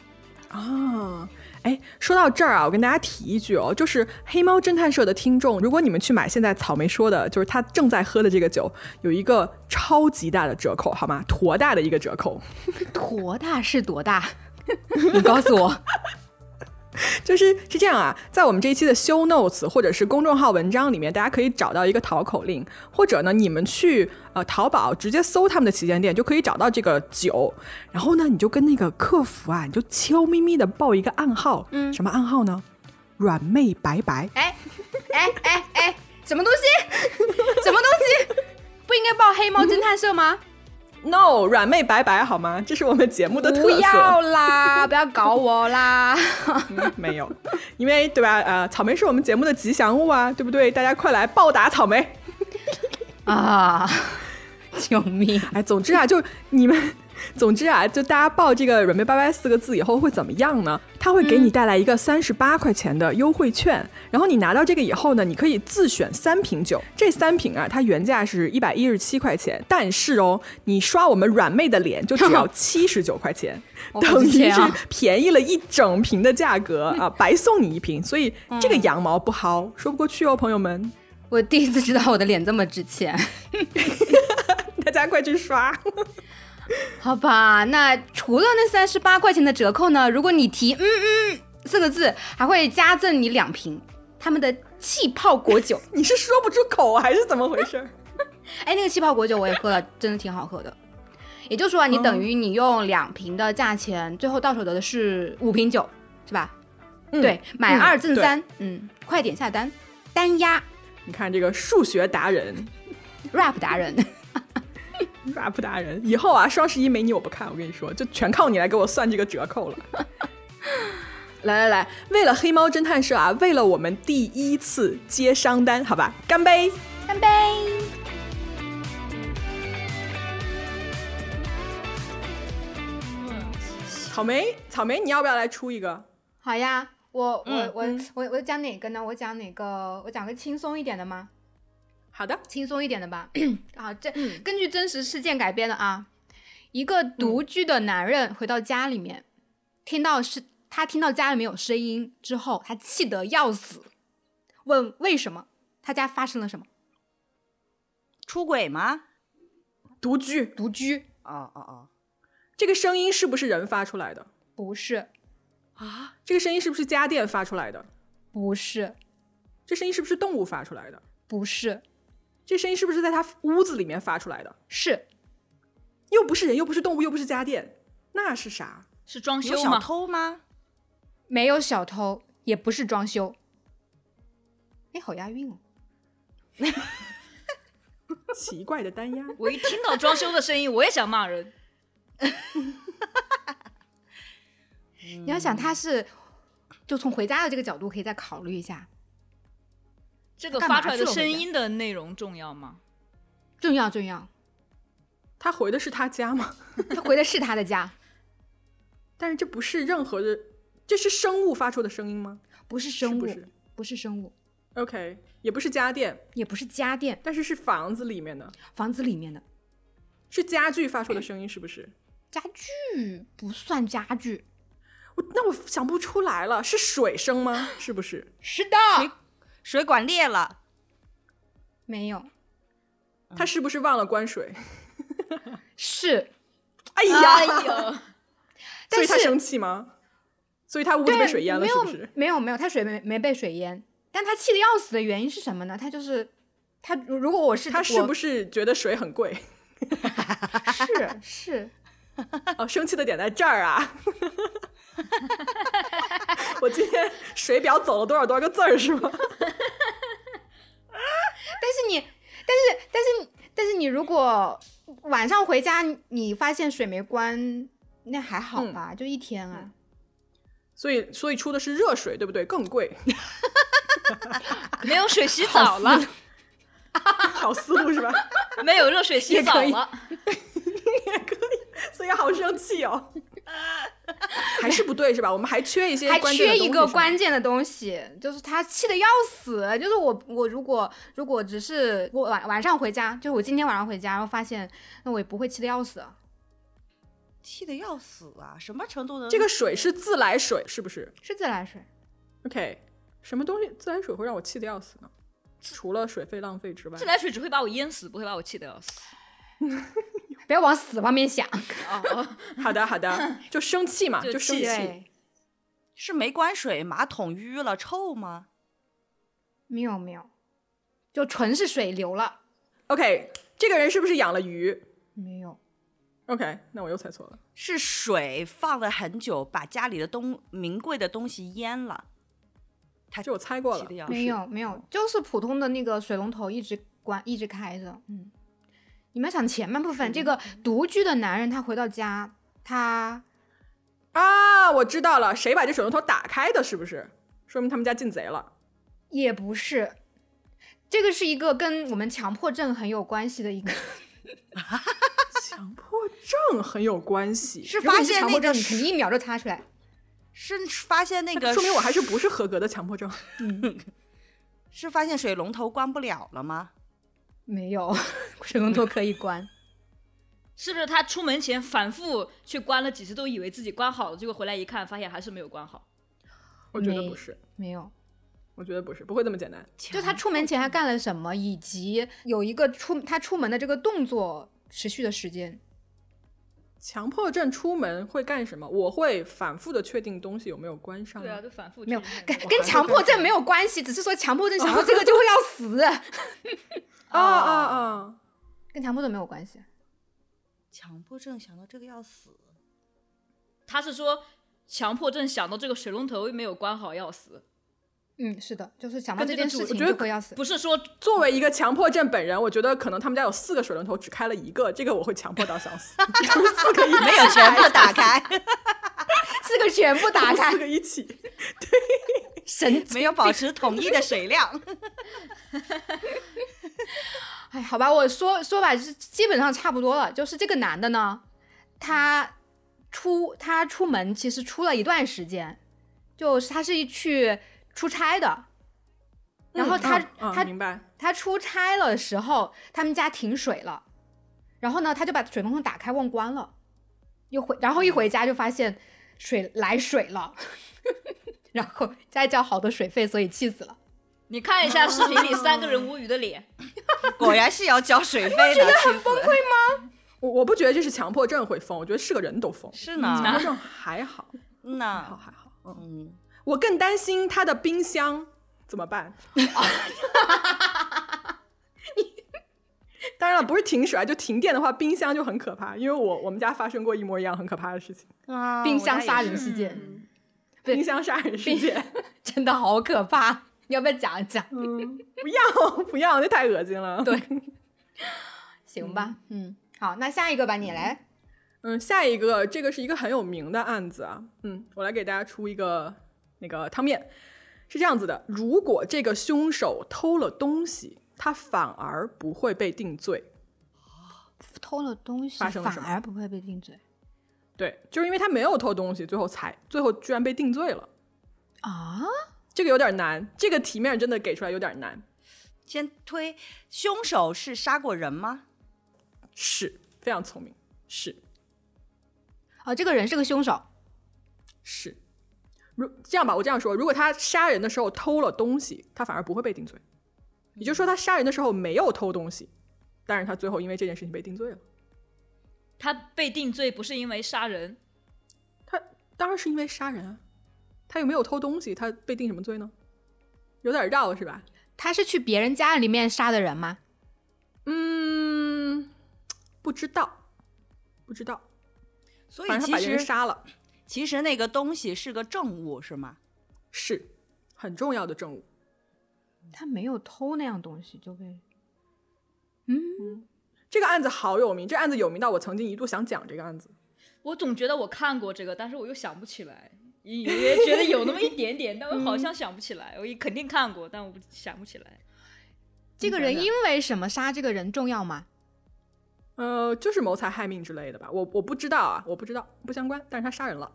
啊，哎，说到这儿啊，我跟大家提一句哦，就是黑猫侦探社的听众，如果你们去买现在草莓说的，就是他正在喝的这个酒，有一个超级大的折扣，好吗？坨大的一个折扣，
多大是多大？你告诉我，
就是是这样啊，在我们这一期的 show notes 或者是公众号文章里面，大家可以找到一个淘口令，或者呢，你们去呃淘宝直接搜他们的旗舰店，就可以找到这个酒。然后呢，你就跟那个客服啊，你就悄咪咪的报一个暗号，嗯，什么暗号呢？软妹白白，
哎哎哎哎，什么东西？ 什么东西？不应该报黑猫侦探社吗？
No，软妹白白好吗？这是我们节目的特色。
不要啦，不要搞我啦！
嗯没有，因为对吧？呃，草莓是我们节目的吉祥物啊，对不对？大家快来暴打草莓！
啊，救命！
哎，总之啊，就你们，总之啊，就大家报这个“软妹拜拜”四个字以后会怎么样呢？它会给
嗯
你带来一个三十八块钱的优惠券，然后你拿到这个以后呢，你可以自选三瓶酒。这三瓶啊，它原价是一百一十七块钱，但是哦，你刷我们软妹的脸就只 要七十九块钱，
哦
等
这
于是
样
便宜了一整瓶的价格 啊，白送你一瓶。所以这
嗯
个羊毛不薅，说不过去哦，朋友们，
我第一次知道我的脸这么值钱。
大家快去刷。
好吧，那除了那三十八块钱的折扣呢？如果你提“嗯嗯”四个字，还会加赠你两瓶他们的气泡果酒。
你是说不出口还是怎么回事？
哎，那个气泡果酒我也喝了，真的挺好喝的。也就是说啊，你等于你用两瓶的价钱，最后到手得的是五瓶酒，是吧？
嗯
对，买
嗯
二赠
对
三，嗯快点下单，单压
你看这个数学达人、
rap 达人，
rap 达人，以后啊，双十一没你我不看，我跟你说，就全靠你来给我算这个折扣了。 来来来，为了黑猫侦探社啊，为了我们第一次接商单，好吧，干杯！
干杯！
草莓，草莓，你要不要来出一个？
好呀，我我
嗯
我我我讲哪个呢？我讲哪个？我讲个轻松一点的吗？
好的，
轻松一点的吧。
嗯
啊，这根据真实事件改编的啊。一个独居的男人回到家里面，听到是他听到家里面有声音之后，他气得要死，问为什么？他家发生了什么？
出轨吗？
独居，
独居
哦哦哦，
这个声音是不是人发出来的？
不是，
这个声音是不是家电发出来的？
不是，
这声音是不是动物发出来的？
不是，
这声音是不是在他屋子里面发出来的？
是
又不是人，又不是动物，又不是家电，那是啥？
是装
有
修
小
吗？
偷吗？
没有小偷，也不是装修。哎，好押韵哦！
奇怪的单压。
我一听到装修的声音，我也想骂人。
嗯
你要想他是，就从回家的这个角度，可以再考虑一下，
这个
干嘛
发出来的
去了
声音的内容重要吗？
重要重要。
他回的是他家吗？
他回的是他的家，
但是这不是任何的，这是生物发出的声音吗？
不是生物，
是不是
不是生物，
？OK，也不是家电，
也不是家电，
但是是房子里面的，
房子里面的
是家具发出的声音，是不是？
家具不算家具。
我那我想不出来了，是水声吗？是不是？
是的，
水管裂了，
没有，
他是不是忘了关水？
是，
哎
哎
呀，
呦，
所以他
但是
生气吗？所以他屋子
对，
被水淹了，
没
是
有，
不是？
没有，没有，他水没没被水淹，但他气得要死的原因是什么呢？他就是他，如如果我是
他是
我
不是觉得水很贵？
是 是
哦，生气的点在这儿啊！ 我今天水表走了多少多少个字儿是吗？
但是你，但是但是你但是你如果晚上回家，你发现水没关，那还好
嗯
吧，就一天啊。
所以所以出的是热水，对不对？更贵，
没有水洗澡了，
好思路是吧？
没有热水洗澡
也
了，
哎所以好生气哦，还是不对是吧？我们还缺一些，
还缺一个，关键的东西，就是他气得要死。就是我，我如果如果只是我晚晚上回家，就是我今天晚上回家，然后发现，那我也不会气得要死。
气得要死啊！什么程度的
这个水是自来水是不是
是自来水，
？OK，什么东西自来水会让我气得要死呢？除了水费浪费之外
自，来水只会把我淹死，不会把我气得要死。
不要往 死方面想。
哦，哦
嗯
好的好的，就生气嘛，
就
就生
气
气。
是没关水，马桶淤了臭吗？
没有没有，就纯是水流了，
OK，这个人是不是养了鱼
没有。
？OK，那我又猜错了。
是水放了很久，把家里的东名贵的东西淹了。他
这我猜过
急
了
得要
没
死
有没有，就是普通的那个水龙头一直关一直开着。嗯，你们想前半部分，这个独居的嗯男人他回到家，他
啊，我知道了，谁把这水龙头打开的？是不是？说明他们家进贼了。
也不是，这个是一个跟我们强迫症很有关系的 一个，
强迫症很有关系，
是
如果
发
你是
现
强
那
迫
个
症，你肯定一秒就擦出来。
是发现那个
说明我还是不是合格的强迫症。
是发现水龙头关不了了吗？
没 有，水龙头可以关。
是不是他出门前反复去关了几次，都以为自己关好了，结果回来一看，发现还是没有关好。
我觉得
没
不是，
没有，
我觉得不是，不会这么简单。
就他出门前他干了什么，以及有一个出他出门的这个动作持续的时间。
强迫症出门会干什么？我会反复的确定东西有没有关上。
对啊，就反复
没有
确认
跟
这个
跟强迫症没有关系，只是说强迫 症想到这个就会要死，
哦
啊啊啊！
跟强迫症没有关系。
强迫症想到这个要死，
他是说强迫症想到这个水龙头没有关好要死，
嗯，是的，就是想到
跟
这
这个主
件事情
我觉得
就会要死。
不是说
作为一个强迫症本人，我觉得可能他们家有四个水龙头，只开了一个，这个我会强迫到想死， 就是四个一
没有全部打开，
四个全部打开
四，个一起。
神！
没有保持统一的水量。
哎，好吧，我说说吧，是基本上差不多了。就是这个男的呢，他出他出门其实出了一段时间，就是他是去出差的，然后他、
嗯嗯嗯
他
明白，
他出差了时候，他们家停水了，然后呢，他就把水龙头打开忘关了，又回，然后一回家就发现水来水了， 然后再交好多水费，所以气死了。
你看一下视频里三个人无语的 脸，
果然是要交水费的，气死了
我我不觉得这是强迫症会疯，我觉得是个人都疯。
是啊
强
呢
迫，症还好，
嗯
还好
呐，
还好。嗯，
嗯，
我更担心他的冰箱怎么办。 当然了，不是停水啊，就停电的话，冰箱就很可怕。因为我我们家发生过一模一样很可怕的事情，
啊
冰箱
我家
杀
也是
人事件、
嗯
对
冰箱杀人事 件。
真的好可怕，你要不要讲一讲？
不要哦不要，那太恶心了。
对行吧，嗯，好，那下一个吧，你来。
嗯，下一个这个是一个很有名的案子啊，嗯，我来给大家出一个那个汤面，是这样子的：如果这个凶手偷了东西，他反而不会被定罪，
偷了东西
发生了什么
而不会被定罪
对，就是因为他没有偷东西，最后才最后居然被定罪了。
啊？
这个有点难，这个题面真的给出来有点难，
先推凶手是杀过人吗？
是非常聪明，是
哦，这个人是个凶手，
是。如这样吧，我这样说，如果他杀人的时候偷了东西，他反而不会被定罪。也
嗯
就是说，他杀人的时候没有偷东西，但是他最后因为这件事情被定罪了。
他被定罪不是因为杀人，
他当然是因为杀人啊，他又没有偷东西，他被定什么罪呢？有点绕是吧？
他是去别人家里面杀的人吗？
嗯，不知道，不知道，
所以
反正他
其
把人
实
杀了，
其实那个东西是个证物是吗？
是很重要的证物。
他没有偷那样东西就被，
这个案子好有名，这案子有名到我曾经一度想讲这个案子。
我总觉得我看过这个，但是我又想不起来，也觉得有那么一点点，但我好
嗯
像想不起来，我也肯定看过，但我不想不 起来。
这个人
讲
因为什么杀这个人重要吗？
呃，就是谋财害命之类的吧，我我不知道啊，我不知道，不相关。但是他杀人了，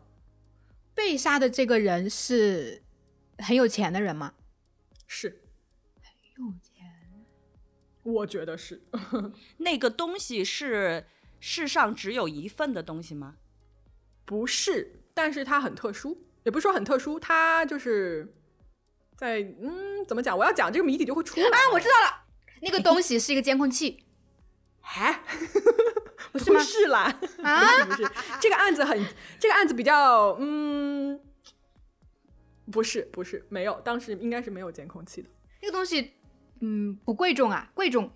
被杀的这个人是很有钱的人吗？
是，
有钱。
我觉得是，
那个东西是世上只有一份的东西吗？
不是，但是它很特殊，也不是说很特殊，它就是在嗯，怎么讲？我要讲这个谜底就会出来。啊，我知道，
那个东西是一个监控 器
哎， 不
是吗
是啦，
啊？
不是，这个案子很，这个案子比较嗯，不是不是没有，当时应该是没有监控器的，
那个东西，嗯，不贵重啊，贵重。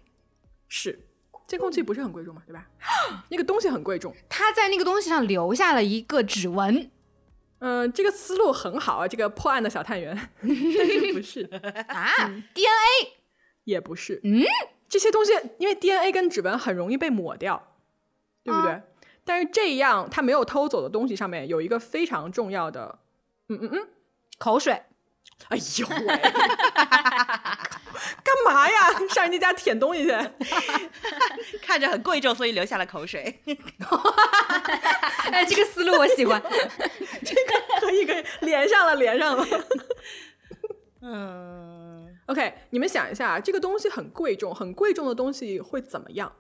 是监控器不是很贵重嘛，对 吧？那个东西很贵重，
他在那个东西上留下了一个指 纹，
嗯、这个思路很好啊，这个破案的小探员， 但是不是
啊，DNA
也不是，
嗯，
这些东西因为 DNA 跟指纹很容易被抹掉，对不对？
啊
但是这样他没有偷走的东西上面有一个非常重要的，嗯嗯嗯，
口 水，
哎 呦喂，干嘛呀？上人家家舔东西去？
看着很贵重，所以流下了口水。
哎，这个思路我喜 欢。
可以可以，连上了连上了。
嗯，
OK，你们想一下，啊这个东西很贵重，很贵重的东西会怎么样？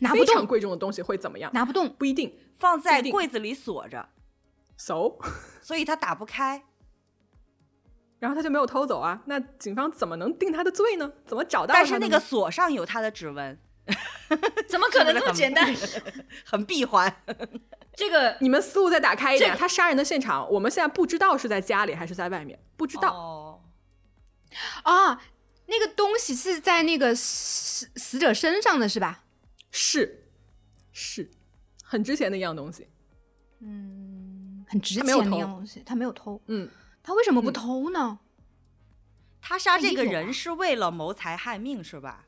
拿不
非常
动，
贵重的东西会怎么样？
拿不动，
不一定。
放在
不一定
柜子里锁着，
So，
所以他打不开。
然后他就没有偷走啊。那警方怎么能定他的罪呢？怎么找到他
但
的
是
呢？
那个锁上有他的指纹，
怎么可能这么简单？
很闭环。
这个
你们思路再打开一点，
这个
他杀人的现场，我们现在不知道是在家里还是在外面，不知道。
哦，
啊，那个东西是在那个死死者身上的是吧？
是是，很值钱的一样东西。
嗯，很值
他
钱
没有
的一
偷
样东西，他没有偷，
嗯，
他为什么不
嗯
偷呢？
他杀这个
哎有啊
人是为了谋财害命是 吧？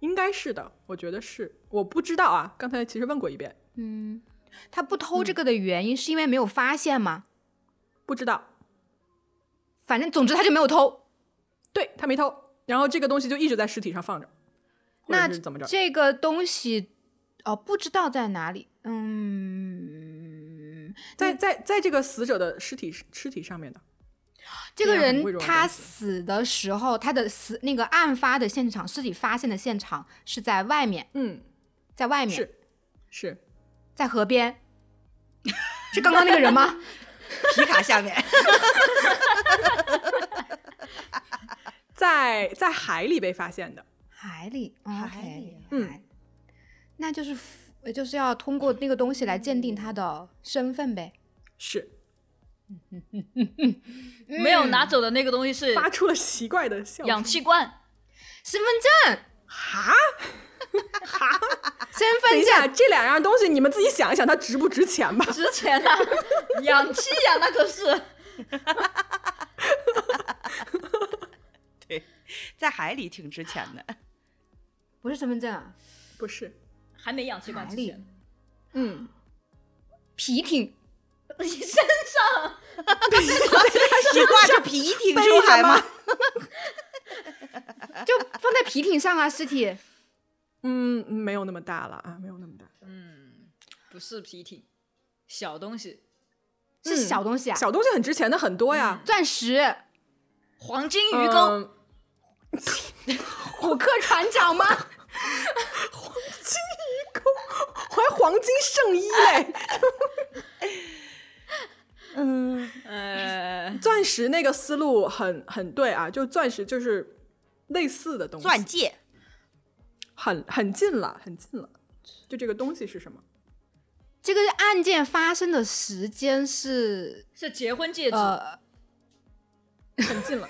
应该是的，我觉得是。我不知道啊，刚才其实问过一遍，
嗯，他不偷这个的原因是因为没有发现吗？
不知道。
反正总之他就没有偷。
对他没偷，然后这个东西就一直在尸体上放着，或
那
者是怎么着？
这个东西哦，不知道在哪里。嗯，
在在在这个死者的尸体尸体上面的，
这个
这样很贵
人
重的
他
东西
死的时候，他的死那个案发的现场，尸体发现的现场是在外面，
嗯，
在外面，
是是，
在河边。是刚刚那个 人吗？
皮卡下面
在在海里被发现的，
海里，
海
海
里
里
啊，
嗯
海，那就是 f- 呃就是要通过那个东西来鉴定他的身份呗。
是
没
嗯
有拿走的那个东西是
发出了奇怪的笑
氧
声。
气罐，
身份证，
哈，
身
等
份
一下，
证，
这两样东西你们自己想一想，它值不值钱吧？
值钱 呐，氧气呀、那可是。
在海里挺值钱 的。
不是身份证啊，
不是，
还没氧气罐
哪
之
里
前，
嗯，
皮艇，
你身上
你挂着皮艇
背
出
着
海吗？
就放在皮艇上啊，尸体。
嗯，没有那么大了啊，没有那么大，
嗯不是皮艇，小东西，
是
嗯
小东西啊，
小东西很值钱的很多呀，
钻石，
黄金鱼
呃
钩，
嗯
虎克船长 吗？
还黄金圣衣嘞，
呃，
嗯钻石那个思路很很对啊，就钻石就是类似的东西，
钻戒，
很很近了，很近了。就这个东西是什么？
这个案件发生的时间是
是结婚戒指，
呃，
很近了，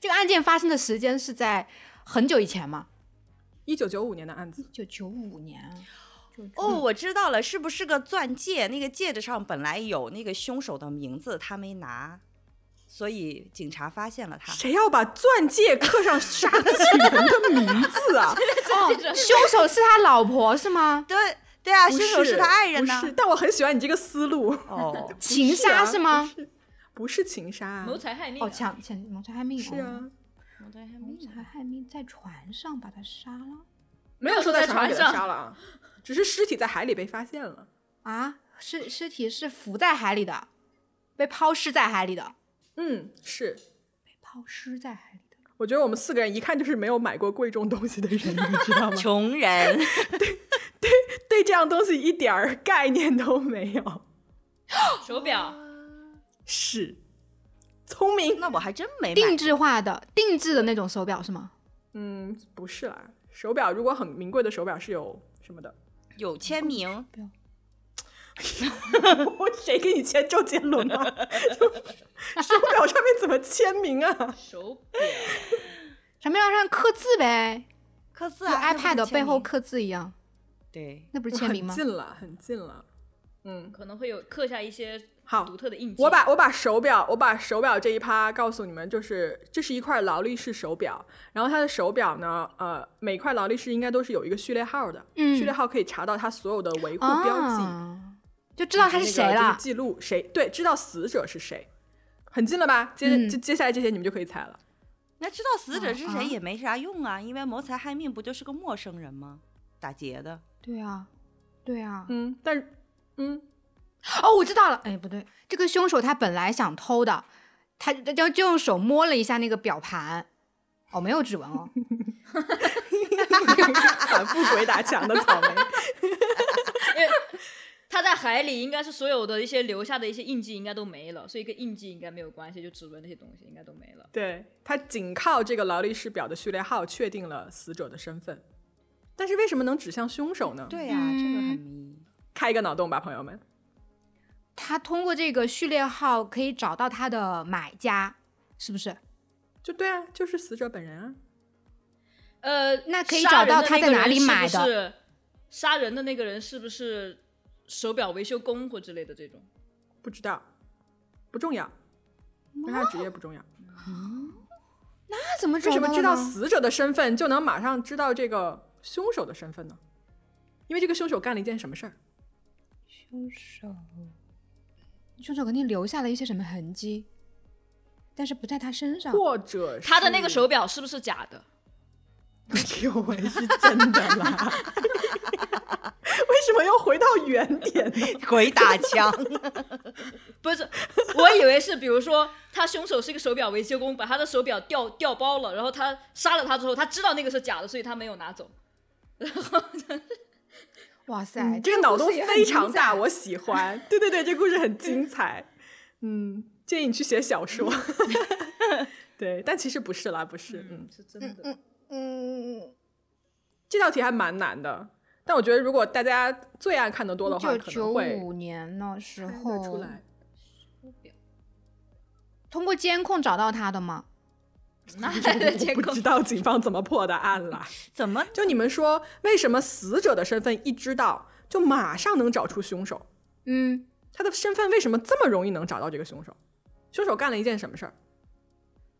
这个案件发生的时间是在很久以前吗？
一九九五年的案子。
就九五年啊。
哦，我知道了，是不是个钻戒？那个戒指上本来有那个凶手的名字，他没拿，所以警察发现了他。
谁要把钻戒刻上杀自己人的名字 啊？
哦， 凶手是他老婆是吗？
对对啊，
不
凶手是他爱人呢
不。是，但我很喜欢你这个思路。
哦，
情杀
不啊
是吗？
不是不是情杀啊，
谋财害命、啊，
哦，抢抢谋财害命
是，
哦
啊，
谋财害
谋
命，啊
财害命在船上把他杀了
没有说在上给他 杀了啊， 只是尸体在海里被发现了。
啊？尸尸体是浮在海里的，被抛尸在海里的，
嗯，是。
被抛尸在海里的。
我觉得我们四个人一看就是没有买过贵重东西的人，你知道吗？
穷人，
对这样东西一点儿概念都没有。
手表，
是，聪明。
那我还真没买
定。制化的、定制的那种手表是吗？
嗯，不是啦，手表如果很名贵的手表是有什么的？
有签名，
我谁给你签周杰伦啊？手表上面怎么签名啊？
手表，
上面要上刻字呗，
刻字
就
啊那不是
iPad
签
背后
名
刻字一样，
对，
那不是签名吗
很？近了，很近了。嗯，
可能会有刻下一些
哦
好
独特的印记。
我把我把手表，我把手表这一趴告诉你们，就是这是一块劳力士手表，然后它的手表呢，呃，每块劳力士应该都是有一个序列号的，
嗯
序列号可以查到它所有的维护标记，
啊，就知道他是谁
那个就
了
是。记录谁对，知道死者是谁，很近了吧？接、
嗯
就接下来这些你们就可以猜了。
那知道死者是
啊
谁也没啥用啊，因为谋财害命不就是个陌生人吗？打劫的，
对啊，对啊。
嗯，但是嗯，
哦，我知道了。哎，不对，这个凶手他本来想偷的，他他就就用手摸了一下那个表盘，哦，没有指纹哦。
反复鬼打墙的 草莓，
它在海里应该是所有的一些留下的一些印记应该都没了，所以跟印记应该没有关系，就指纹那些东西应该都没了。
对他仅靠这个劳力士表的序列号确定了死者的身份，但是为什么能指向凶手呢？
对呀、这个很
嗯
迷。
开一个脑洞吧，朋友们。
他通过这个序列号可以找到他的买家，是不是？
就对啊，就是死者本人啊。
呃，
那可以
杀人
找到
的
他
那个
在哪
人
里
是不
买的
是杀人的那个人是不是手表维修工或之类的这种？
不知道，不重要，跟他职业不重要。
那怎么
为
找
什么
到的
知道
呢
死者的身份就能马上知道这个凶手的身份呢？因为这个凶手干了一件什么事儿？
凶手？凶手肯定留下了一些什么痕迹，但是不在他身上。
或者是
啊他的那个手，表是不是假的？
有为是真的啦？ 为什么又回到原点呢？
鬼打墙，
不是，我以为是，比如说他凶手是一个手表维修工，把他的手表掉掉包了，然后他杀了他之后，他知道那个是假的，所以他没有拿走。
哇塞，
嗯这个脑洞
故事也很
非常大，
精彩
我喜欢。对对对，这故事很精彩。嗯，建议你去写小 说。对，但其实不是啦，不是。嗯，
是真的。
嗯，
这道题还蛮难的，但我觉得如果大家最爱看的多的话，
一
可
九
能
九
会
五年那时
看
候
得出 来。
通过监控找到他的吗？
那还得监
不
控
知道警方怎么破的案 啦。
怎么
就你们说，为什么死者的身份一知道，就马上能找出凶手？
嗯，
他的身份为什么这么容易能找到这个凶手？凶手干了一件什么事儿？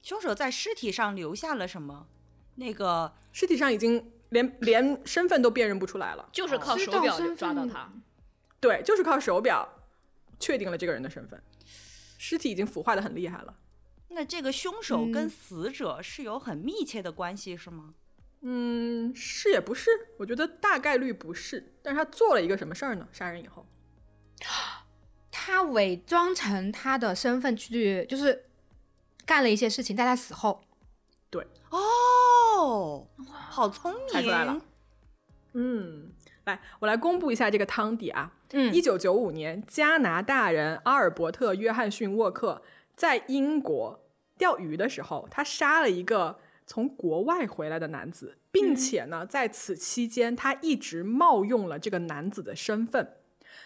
凶手在尸体上留下了什么？那个
尸体上已经连连身份都辨认不出来了。
就是靠
知
手
道
表
身
抓到
份
他。
对，就是靠手表确定了这个人的身份。尸体已经腐化的很厉害了。
那这个凶手跟
嗯
死者是有很密切的关系，是吗？
嗯，是也不是，我觉得大概率不是。但是他做了一个什么事儿呢？杀人以后，
他伪装成他的身份去，就是干了一些事情，在他死后。
哦，好聪明！
猜出来了嗯，来，我来公布一下这个汤底啊。
嗯
一九九五年，加拿大人阿尔伯特·约翰逊·沃克在英国钓鱼的时候，他杀了一个从国外回来的男子，并且呢，在此期间，他一直冒用了这个男子的身份。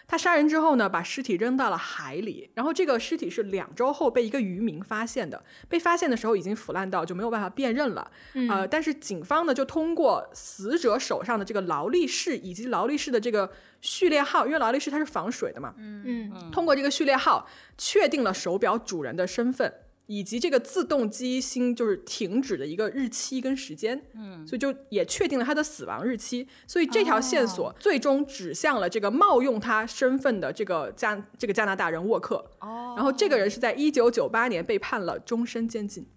他杀人之后呢，把尸体扔到了海里，然后这个尸体是两周后被一个渔民发现的。被发现的时候已经腐烂到就没有办法辨认了。
嗯
呃，但是警方呢就通过死者手上的这个劳力士以及劳力士的这个序列号，因为劳力士它是防水的嘛，
嗯
通过这个序列号确定了手表主人的身份，以及这个自动机芯就是停止的一个日期跟时间，嗯，所以就也确定了他的死亡日期。所以这条线索最终指向了这个冒用他身份的这个加这个加拿大人沃克。
哦，
然后这个人是在一九九八年被判了终身监禁，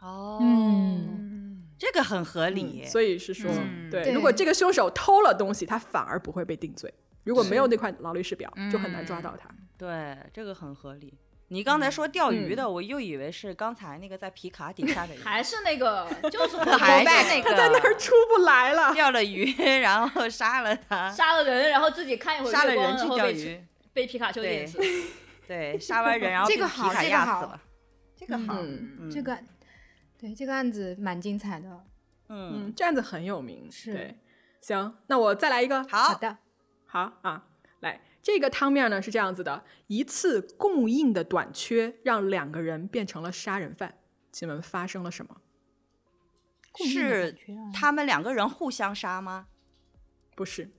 哦，
嗯，
这个很合理。
所以是说，
嗯
对，
对
如果这个凶手偷了东西，他反而不会被定罪。如果没有那块劳力士表，就很难抓到他。
对，这个很合理。你刚才说钓鱼的，我又以为是刚才那个在皮卡底下的鱼，
还是那个，就是
还
回
是那
个
个
在那儿出不来了，
钓了鱼，然后杀了他，
杀了人，然后自己看一会儿
杀了
月光，
人去
然后
钓
被皮
鱼，
被皮卡丘电死。
对，杀完人然后
这
被
个
皮
好
卡
这个
压
好
死了，这个好，
嗯
嗯
这个对这个案子蛮精彩的。
嗯，
嗯，这案子很有名，
是
对。行，那我再来一个，
好
的，
好啊，来，这个汤面呢是这样子的：一次供应的短缺让两个人变成了杀人犯。请问发生了什么？
共病的
是
感觉啊
他们两个人互相杀吗？
不是，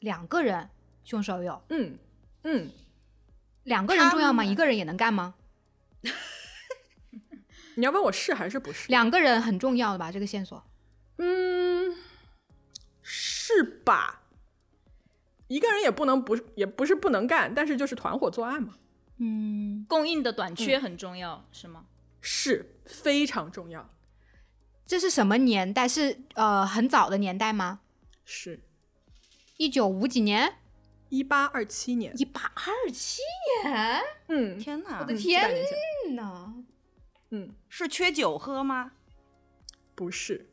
两个人凶手有
嗯嗯，
两个人
他
重要吗？
们
一个人也能干吗？
你要问我是还是不是？
两个人很重要的吧？这个线索
嗯，是吧？一个人也不能不是也不是不能干，但是就是团伙作案嘛，
嗯，
供应的短缺很重要，是吗？
是非常重要。
这是什么年代？是呃很早的年代吗？
是
一九五几年，
一八二七年，
一八二七年，
嗯
天哪
我的，
嗯
天
几百年前
呐，
嗯，
是缺酒喝吗？
不是，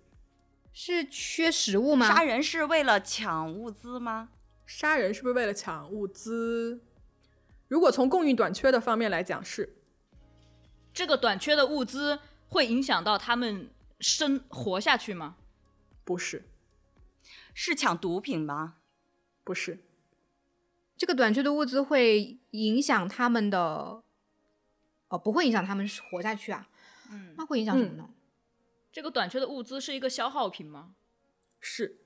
是缺食物吗？
杀人是为了抢物资吗？
杀人是不是为了抢物资？如果从供应短缺的方面来讲，是
这个短缺的物资会影响到他们生活下去吗？
不是？
是抢毒品吗？
不是，
这个短缺的物资会影响他们的，哦，不会影响他们活下去啊？
嗯，
那会影响什么呢？
这个短缺的物资是一个消耗品吗？
是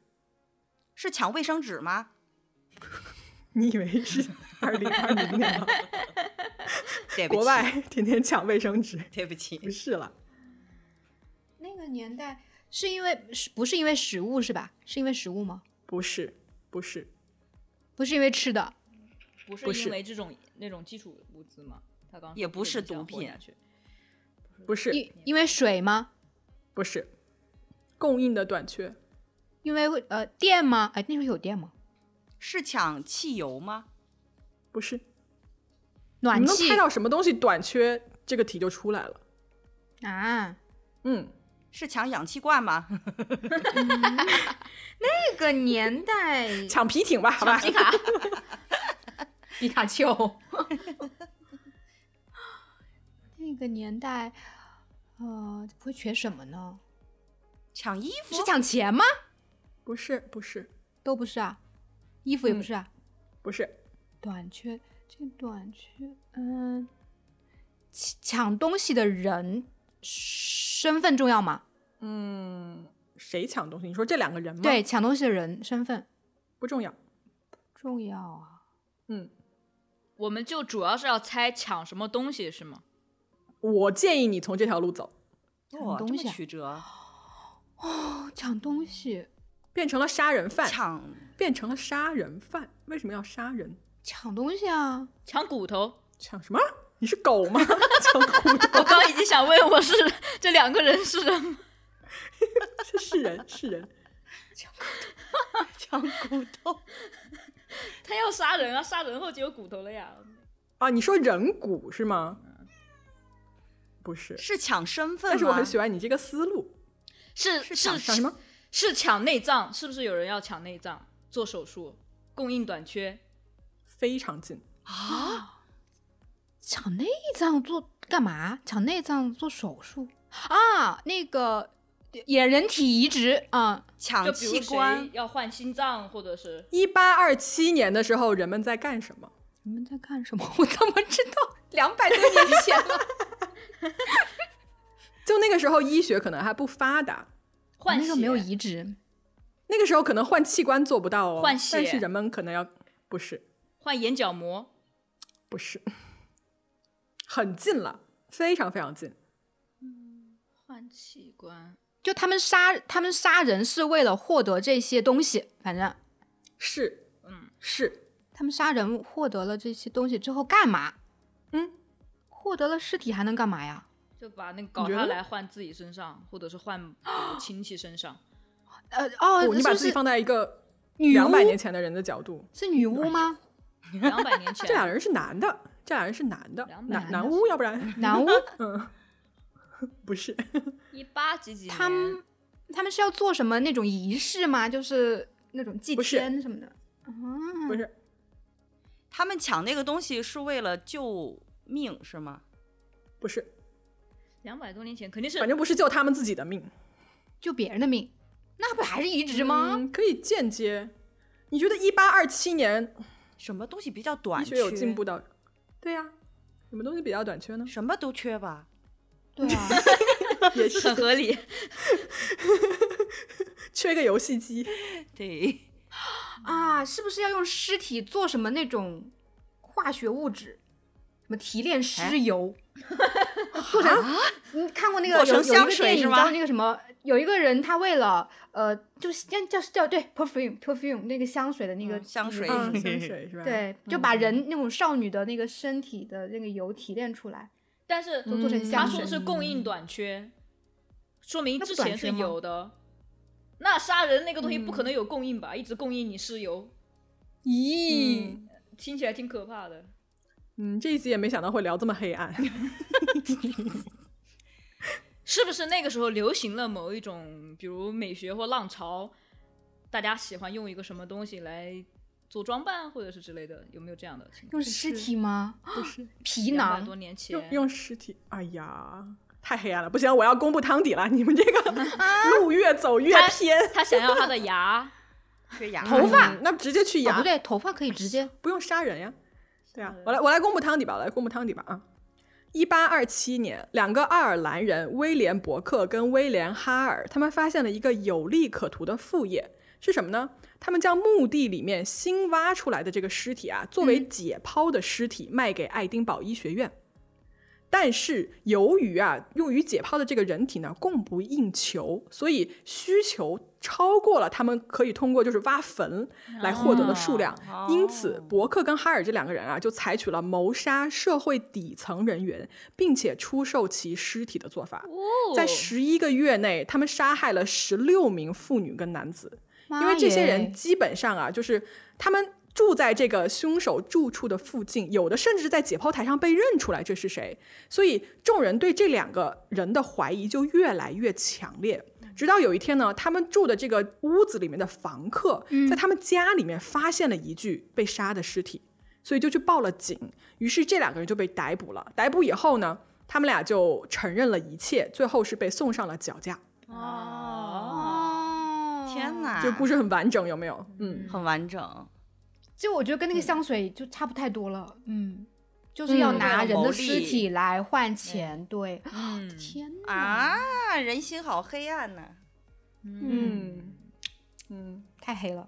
是抢卫生纸吗？
你以为是二零二零年吗？
对不起，
国 外天天抢卫生纸，
对不起，
不是了，
那个年代是因为是不是因为食物是吧？是因为食物吗？
不是，不是，
不是因为吃的，
不是
不是
因为这种那种基础物资吗？他刚
也不是
这个
毒
影响活
品
下去
不是，
因因为水吗？
不是，供应的短缺
因为呃电吗？哎，那时候有电吗？
是抢汽油吗？
不是。你
暖
能
气
猜到什么东西短缺，这个题就出来了。
啊？
嗯，
是抢氧气罐吗？
那个年代，
抢皮艇吧，好吧。
卡，皮卡丘。 那个年代，呃，会缺什么呢？
抢衣服
是抢钱吗？
不是，不是，
都不是啊，衣服也不
嗯
是啊，
不是，
短缺，这短缺，嗯，抢抢东西的人身份重要吗？
嗯，谁抢东西？你说这两个人吗？
对，，抢东西的人身份
不重要。
重要啊。
嗯，
我们就主要是要猜抢什么东西是吗？
我建议你从这条路走，
抢
哇，这
东
么
西啊
曲折，
哦，抢东西，
变成了杀人犯，
抢
变成了杀人犯。为什么要杀人？
抢东西啊！
抢骨 头？
抢什么？你是狗吗？ 抢骨头？
我刚已经想问我是这两个人是人吗？
这是人，是人。
抢骨头，
他要杀人啊，杀人后就有骨头了呀。
啊，你说人骨是吗？不是，
是抢身份吗？
但是我很喜欢你这个思路。
是
是
是
抢抢什么？
是抢内脏？是不是有人要抢内脏做手术？供应短缺？
非常近，
啊，
抢内脏做干嘛？抢内脏做手术啊？那个也人体移植啊、
抢
就比如
器
谁
官，
要换心脏，或者是
一八二七年的时候，人们在干什么？
你们在干什么？ 我怎么知道？两百多年前了，
就那个时候，医学可能还不发达，
换
那
血
个没有移植，
那个时候可能换器官做不到哦，
换血
但是人们可能要不是
换眼角膜，
不是，很近了，非常非常近，
换器官。
就他们杀他们杀人是为了获得这些东西，反正
是
嗯，
是
他们杀人获得了这些东西之后干嘛？
嗯，
获得了尸体还能干嘛呀？
就把那个搞
你觉
他
得
来换自己身上，或者是换呃亲戚身上。
呃哦，
不，你把
是不
自己
是
放在一个
女
两百
巫
年前的人的角度，
是女 巫吗？
两百年前，
这俩人是男的，这俩人是男的，
200
男
男
男
的
巫，要不 然
男巫
嗯，不是，
一八几几年，
他们他们是要做什么那种仪式吗？就是那种祭
不是
天什么的。啊，
不是，
他们抢那个东西是为了救命是吗？
不是，
两百多年前肯定是
反正不是救他们自己的命，
救别人的命，那不还是移植吗？
嗯可以间接。你觉得一八二七年
什么东西比较短
医
缺？
学有进步到，对呀、什么东西比较短缺 呢？
什么都缺吧？
对啊，
也是
很合理。
缺个游戏 机，
对，
啊，是不是要用尸体做什么那种化学物质？什么提炼尸油？做成你看过那个
做
有有
成
一
香
个
水
电影
是吗
叫那个什么？有一个人他为了呃，就是叫叫叫对 perfume perfume 那个香水的那个、
嗯香水
嗯，香水是吧？，
对，就把人那种少女的那个身体的那个油提炼出来，
但是
都做成
嗯
他
香
说
水
的。是供应短缺，说明之前是
那不短缺吗嗯
有的。那杀人那个东西不可能有供应吧？一直供应你尸油，
咦、
嗯
听起来挺可怕的。
嗯，这一集也没想到会聊这么黑 暗。
是不是那个时候流行了某一种，比如美学或浪潮，大家喜欢用一个什么东西来做装扮，或者是之类的？有没有这样的情况？
用尸体吗？皮
两百
囊哦
多年前
用，用尸体，哎呀，太黑暗了，不行，我要公布汤底了。你们这个
啊
路越走越
他
偏，
他想要他的牙，
缺牙。
头发
嗯那直接去
哦，
牙
不，对，头发可以直接
不用杀人呀。对啊
人，
我来我来公布汤底吧，我来公布汤底吧啊！一八二七年，两个爱尔兰人威廉伯克跟威廉哈尔，他们发现了一个有利可图的副业是什么呢？他们将墓地里面新挖出来的这个尸体啊，作为解剖的尸体卖给爱丁堡医学院。但是由于啊，用于解剖的这个人体呢供不应求，所以需求超过了他们可以通过就是挖坟来获得的数量。
哦
因此，伯克跟哈尔这两个人啊，就采取了谋杀社会底层人员，并且出售其尸体的做法。
哦
在十一个月内，他们杀害了十六名妇女跟男子。因为这些人基本上啊，就是他们住在这个凶手住处的附近，有的甚至在解剖台上被认出来这是谁，所以众人对这两个人的怀疑就越来越强烈。直到有一天呢，他们住的这个屋子里面的房客，在他们家里面发现了一具被杀的尸体，所以就去报了警。于是这两个人就被逮捕了。逮捕以后呢，他们俩就承认了一切，最后是被送上了绞架。
哦，
哦，
天！哪，
这个故事很完整，有没有？ 嗯
很完整，
就我觉得跟那个香水就差不太多了，嗯，就是要
嗯
拿人
谋
的
利
尸体来换钱，对，
嗯
天哪，
啊，人心好黑暗呐、
嗯嗯，
太黑了。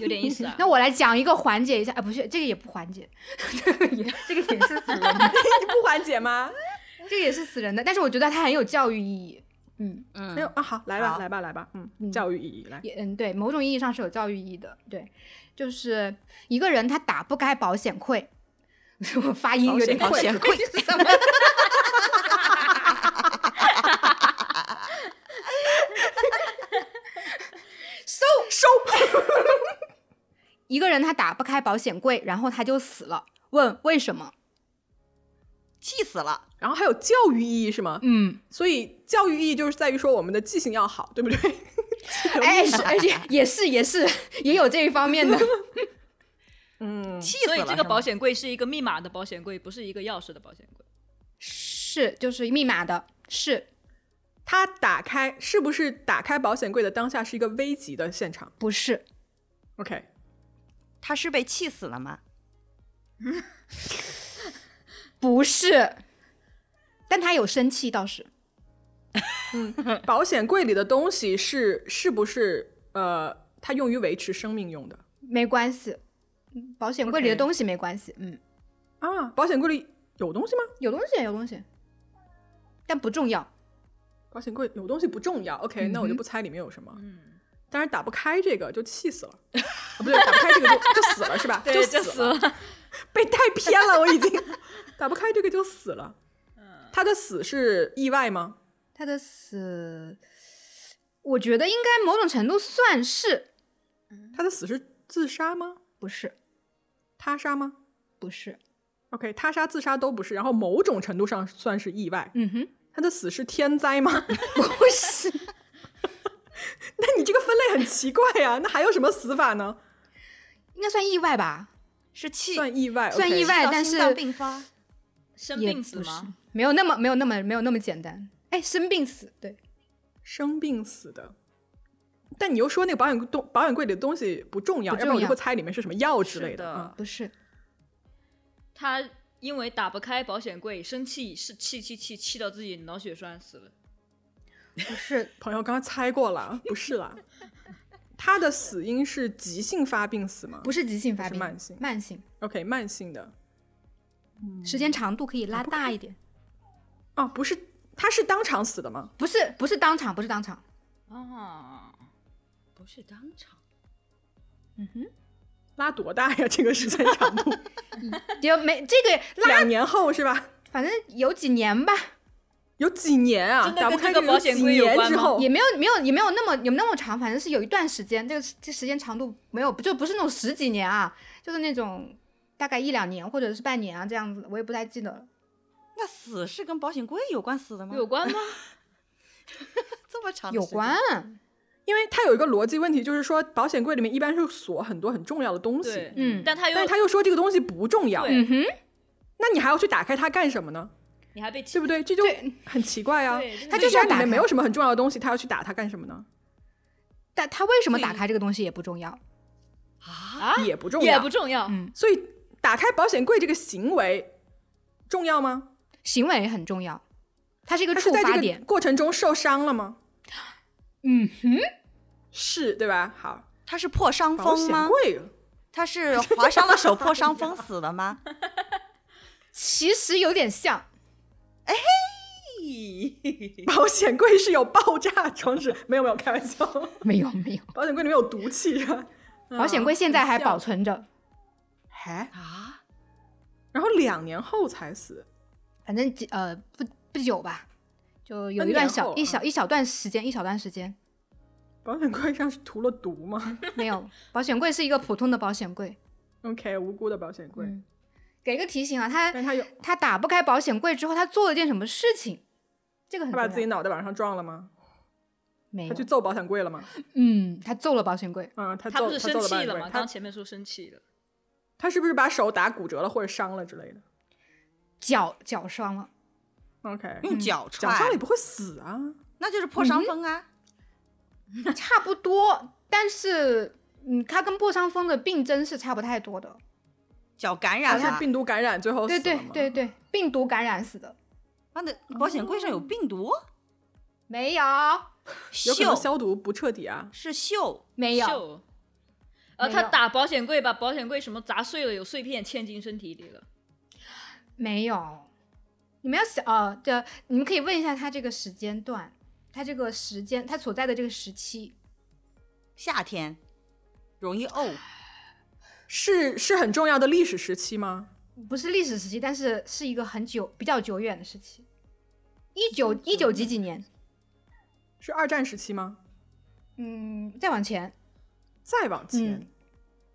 有点意思啊。
那我来讲一个缓解一下，哎，不是这个也不缓解， 这个也这个也是死人的，
你不缓解吗？
这个也是死人的，但是我觉得它很有教育意义，嗯
没有
嗯，
啊，好，来吧，
好
来吧，来吧，嗯，
嗯
教育意义来，
也嗯，对，某种意义上是有教育意义的。对，就是一个人他打不该保险柜， 我发音有点
保险
柜是什么？收 收。一个人他打不开保险柜，然后他就死了。问为什么？
气死了，
然后还有教育意义是吗？
嗯，
所以教育意义就是在于说我们的记性要好，对不对？ 记得
哎，是，而且也是也是也有这一方面的。
嗯，
气死
所
了。
以这个保
险
险柜是一个密码的保险柜，不是一个钥匙的保险柜。
是，就是密码的，是
他打开是不是打开保险柜的当下是一个危急的现场
不是？
？OK，
他是被气死了吗？
不是，但他有生气倒是。
保险柜里的东西是是不是呃，它用于维持生命用的
没关系，嗯保险柜里的
OK
东西没关系。嗯，
啊？保险柜里有东西吗？
有东西，有东西，但不重要。
保险柜有东西不重要，OK，、那我就
嗯哼
不猜里面有什么。
嗯，
但是打不开这个就气死了，啊、不对，打不开这个就就死了是吧？
对，
死
就死了。
被带偏了，我已经 打不开这个就死了。他的死是意外吗？
他的死，我觉得应该某种程度算是，
他的死是自杀吗？
不是，
他杀吗
不是。
？OK，他杀、自杀都不是，然后某种程度上算是意外。
嗯哼，
他的死是天灾吗？
不是，
那你这个分类很奇怪呀、那还有什么死法呢？
应该算意外吧？
是气
算意外，
算
OK
意外
到
但
心
是
脏病发，
生
也
病死
不是
吗？，
没有那么没有那么没有那么简单。哎，生病死，对，
生病死的。但你又说那个保险东保险柜里的东西不重要，
不
要不然我就
重要
会猜里面是什么药之类
是
的。嗯
的，
不是，
他因为打不开保险柜，生气是气气气气到自己脑血栓死了。
不是，
朋友刚刚猜过 了，不是啦。他的死因是急性发病死吗？
不是急性发
是
病，
慢性
慢性，
OK，慢性的
时间长度可以拉大一点。
哦，不是，他是当场死的吗？
不是，不是当场，不是当场。
啊，不是当场，
嗯哼，
拉多大呀？这个时间长 度，
就没这个拉，
两年后是吧？
反正有几年吧，
有几年啊？
真的
打不
跟
开
这
这
个
个
保险柜有
有
关
年之
吗
后
也，没有没有也没有那么有那么长，反正是有一段时间，这个时这时间长度没有，不就不是那种十几年啊，就是那种大概一两年或者是半年啊这样子，我也不太记得了。
那死是跟保险柜有关死的吗？
有关吗？
这么长的
有
时间
关，
因为他有一个逻辑问题，就是说保险柜里面一般是锁很多很重要的东
对
西，，
嗯
但他又
但是他又说这个东西不重要，
对
嗯哼，
那你还要去打开它干什么呢？
你还被气
对不对？这就
对
很奇怪啊
对这。
他
个就是
家
要
里
打
面没
开
有什么很重要的东西，他要去打它干什么呢？
但他为什么
对
打开这个东西也不重要，
啊？
啊，
也不重
也
要
不。重要。
嗯
所以打开保险柜这个行为重要吗？
行为很重要，它是一个
他是
触
在
发
这
点
个。过程中受伤了吗？
嗯哼，
是对吧？好，
他是破伤
保
风
险
吗？
柜
他是划伤了手破伤风死了吗？
其实有点像，
保险柜是有爆炸装置，没有没有，开玩笑，
没有没有，
保险柜里面有毒气是吧？嗯
保险柜现在还保，存着，
还，
啊，
然后两年后才死，
反正几呃不不久吧，就有
那
一段
年后
小一
啊
小一小段时间，一小段时间
保险柜上是涂了毒吗
没有。保险柜是一个普通的保险柜，
？OK，无辜的保险柜，
嗯给个提醒啊，他
但他有
他打不开保险柜之后，他做了件什么事情？这个很
他
重要
把自己脑袋往上撞了吗？他
没有
去，揍保险柜了吗？
嗯，他揍了保险柜，
嗯，他
他
揍
不是
揍
生
了保
气
险柜
了吗？刚，刚
他
前面说生气了，
他是不是把手打骨折了或者伤了之类的
脚脚伤了，
？OK，
嗯
用脚
脚嗯伤了
踹
嗯也，不会死啊。
那就是破伤风啊。
差不多，但是嗯，他跟破伤风的病症是差不太多的，
脚感
他
染
是
了，
病毒感染最后死
啊对
了
对
吗
对对，病毒感染死的，
妈的，保险柜上有病毒，
没有
哦有可能
锈
消毒不彻底啊。
是锈，
没有。
秀。呃，
没
他
有
打保险柜，把保险柜什么砸碎了，有碎片嵌进身体里了。
没有，你们要想啊，这、你们可以问一下他这个时间段，他这个时间，他所在的这个时期，
夏天容易呕，
是是很重要的历史时期吗？
不是历史时期，但是是一个很久、比较久远的时期，一九一九几几年，
是二战时期吗？
嗯，再往前，
再往前
嗯，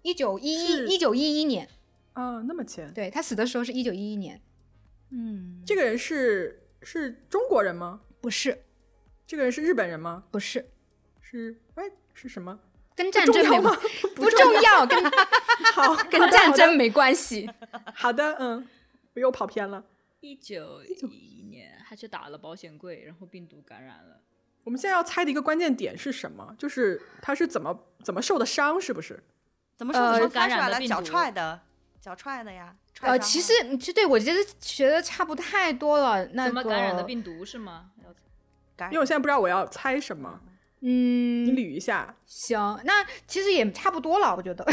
一九一
是
一一九一一年，
啊、那么前，
对他死的时候是一九一一年，
嗯，
这个人是是中国人吗？
不是
这个人是日本人吗？
不是，
是哎是什么？
跟战
重
争没
要
有
吗？
不重要，跟
好，
跟战争没关系，
好的，嗯，我又跑偏了。
一九一一年，他去打了保险柜，然后病毒感染了。
我们现在要猜的一个关键点是什么？就是他是怎么怎么受的伤，是不是？
怎么说？
呃
怎么翻出来
感染的
了？
病毒
脚踹的，脚踹的呀。踹
呃，
伤
其
了
实其实对我觉得学的差不太多了，那
怎么感染的
个
病毒是吗？要
感
因为我现在不知道我要猜什么，
嗯
你，捋一下，
行，那其实也差不多了，我觉得。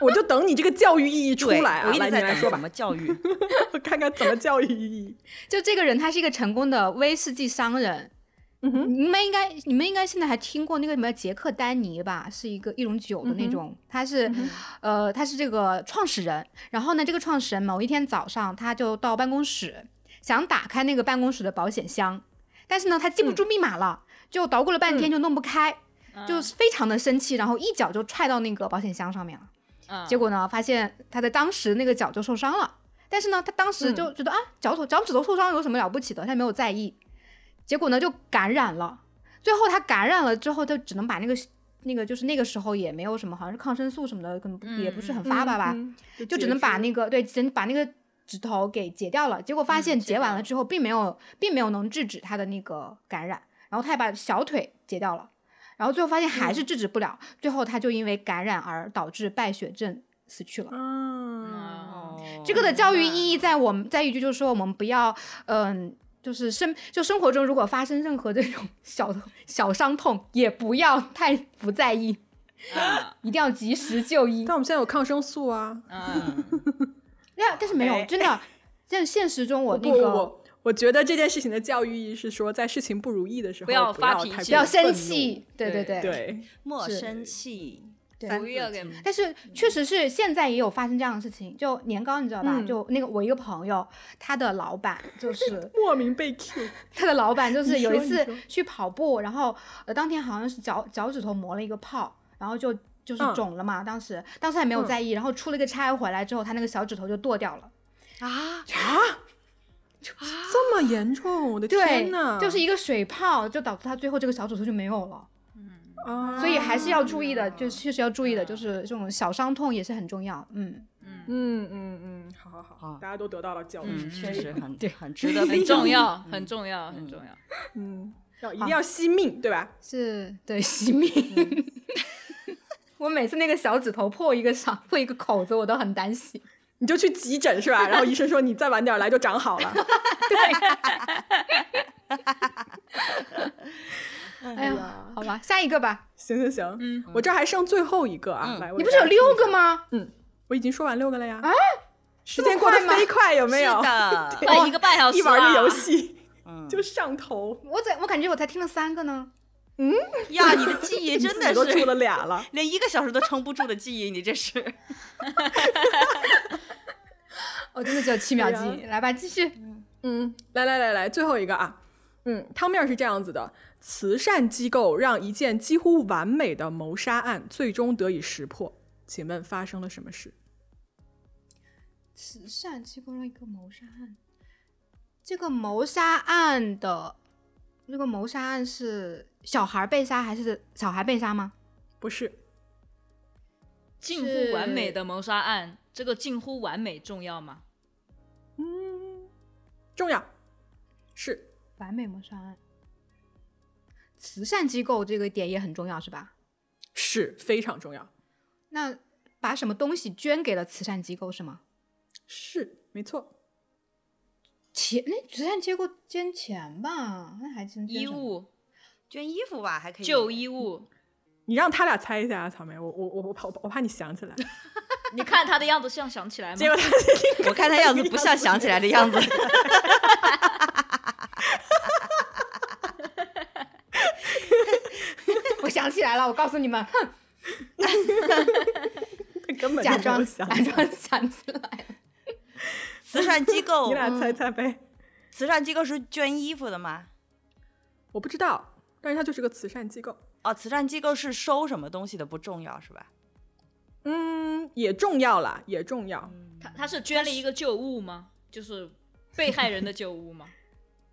我就等你这个教育意义出
对
来啊！
我一
来，
直
你
在
来
等
说
什
吧，
么教 育。
我看看怎么教育意义。
就这个人，他是一个成功的威士忌商人。
嗯哼，
你们应该，你们应该现在还听过那个什么杰克丹尼吧？是一个一种酒的
嗯
那种，他是、呃，他是这个创始人。然后呢，这个创始人某一天早上，他就到办公室想打开那个办公室的保险箱，但是呢，他记
嗯
不住密码了，就捣鼓了半天就弄不开，就
嗯
是非常的生气，然后一脚就踹到那个保险箱上面了。
嗯
结果呢，发现他在当时那个脚就受伤了，但是呢，他当时
嗯
就觉得、啊，脚头脚趾头受伤有什么了不起的，他没有在意，结果呢就感染了。最后他感染了之后，就只能把那个那个就是那个时候也没有什么，好像是抗生素什么的，可能不也不是很 发达吧，
嗯，嗯
就只能把那个对，只能把那个指头给截掉了。结果发
嗯
现
截
截完
掉
了
了
之后，并没有，并没有能制止他的那个感染，然后他还把小腿截掉了。然后最后发现还
嗯
是制止不了，最后他就因为感染而导致败血症死去了。
嗯，
这个的教育
哦明白
意义在我们在于就是说，我们不要，嗯、就是生就生活中如果发生任何这种 小的小伤痛，也不要太不在意，
啊
一定要及时就医。
但我们现在有抗生素啊。
嗯，
那但是没有，
OK
真 的，在现实中我那
不，
个
我我觉得这件事情的教育意义是说，在事情不如意的时候，
不
不
要发脾
太
气
不要
愤怒
生。气，对
对
对。
对，
莫
是
生气，
对
三
不
字
要
经
给
但是确实是现在也有发生这样的事情，就年糕你知道吧？
嗯
就那个我一个朋友，他的老板就是
莫名被 Q，
他的老板就是
你
有一
说你
次
说
去跑步，然后呃当天好像是脚脚趾头磨了一个泡，然后就就是
嗯
肿了嘛。当时当时还没有
嗯
在意，然后出了个差回来之后，他那个小指头就剁掉了。
啊，
这么严重，我的
对
天呐，，
就是一个水泡，就导致他最后这个小指头就没有了。
啊，
所以还是要注意的，就
啊
确实要注意的，
啊
就是这种小伤痛也是很重要。嗯，
嗯，
嗯嗯嗯，好好好，
好
大家都得到了教育，
嗯，确实很
对
很 值得
很
被
重
注意
要，很重要，很重要。
嗯，要一定要惜命，对吧？
是对 惜命。我每次那个小指头破一个伤、破一个口子，我都很担心。
你就去急诊是吧？然后医生说你再晚点来就长好了。
哎呀，好吧，下一个吧。
行行行，
嗯，
我这儿还剩最后一个啊，
嗯
来，我给
你不是有
大家
六个吗？
我已经说完六个了呀。
啊，
时间过得
这么
飞
快吗呃
快，有没有哦
是？的，
快一个半小时啊
一玩
啊
这
了
游戏
嗯
就上头，
我怎我感觉我才听了三个呢？
呀， 你的记忆
你
真
自己
的
都出
是
了俩了。
连一个小时都撑不住的记忆，你这是。
我哦真的只有七秒
哎
记
呀
忆。来吧，继续。
嗯，来来来来，最后一个啊，嗯，汤面是这样子的：慈善机构让一件几乎完美的谋杀案最终得以识破，请问发生了什么事？
慈善机构让一个谋杀案，这个谋杀案的这个谋杀案是小孩被杀还是小孩被杀吗？
不是，
近乎完美的谋杀案，这个近乎完美重要吗？
重要，是
完美谋杀案，慈善机构这个点也很重要，是吧？
是非常重要，
那把什么东西捐给了慈善机构是吗？
是没错。
钱？那慈善机构捐钱吧？那还真捐
衣
什么？
物、
捐衣服吧，还可以
旧衣 物，
你让他俩猜一下啊，草莓，我我我我怕我怕你想起来，
你看他的样子像想起来吗？
结果他
我看他样子不像想起来的样子。
我想起来了，我告诉 你们，哼，
他根本就
假
没有
装
想
假
起来。
装想起来了。
慈善机
你
构，
俩猜猜呗，
慈善机构是捐衣服的吗？
我不知道，但是他就是个慈善机构，
哦，慈善机构是收什么东西的不重要是吧？
嗯，也重要啦，也重要，
他他是捐了一个旧物吗？就是被害人的旧物 吗？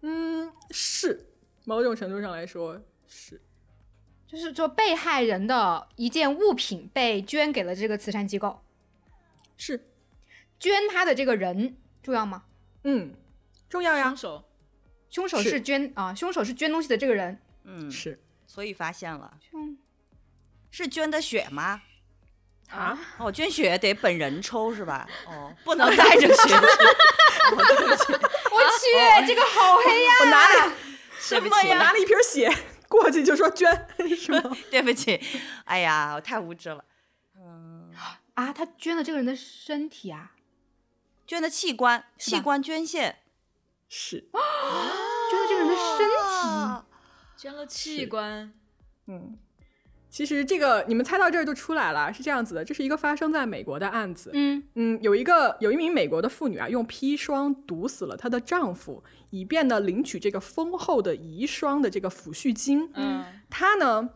嗯，是，某种程度上来说是，
就是说，被害人的一件物品被捐给了这个慈善机构，
是，
捐他的这个人重要吗？
嗯，重要呀
凶，手
凶手是
是
捐啊、凶手是捐东西的这个人。
嗯，
是
所以发现了，
凶
是捐的血吗？
啊，
哦，捐血得本人抽是吧？哦， 不能带着血去。
我去，这个好黑呀、
我拿 了
什
我拿了一瓶血过去就说捐， 是吗？
对不起，哎呀，我太无知了。
啊，他捐了这个人的身体啊，
捐的器官，
吧
器官捐献。
是，
捐了这个人的身体。
啊
捐了器官，
嗯。其实这个你们猜到这儿就出来了，是这样子的，这是一个发生在美国的案子。
嗯，
嗯，有一个有一名美国的妇女啊，用砒霜毒死了她的丈夫，以便呢领取这个丰厚的遗孀的这个抚恤金。
嗯，
她呢，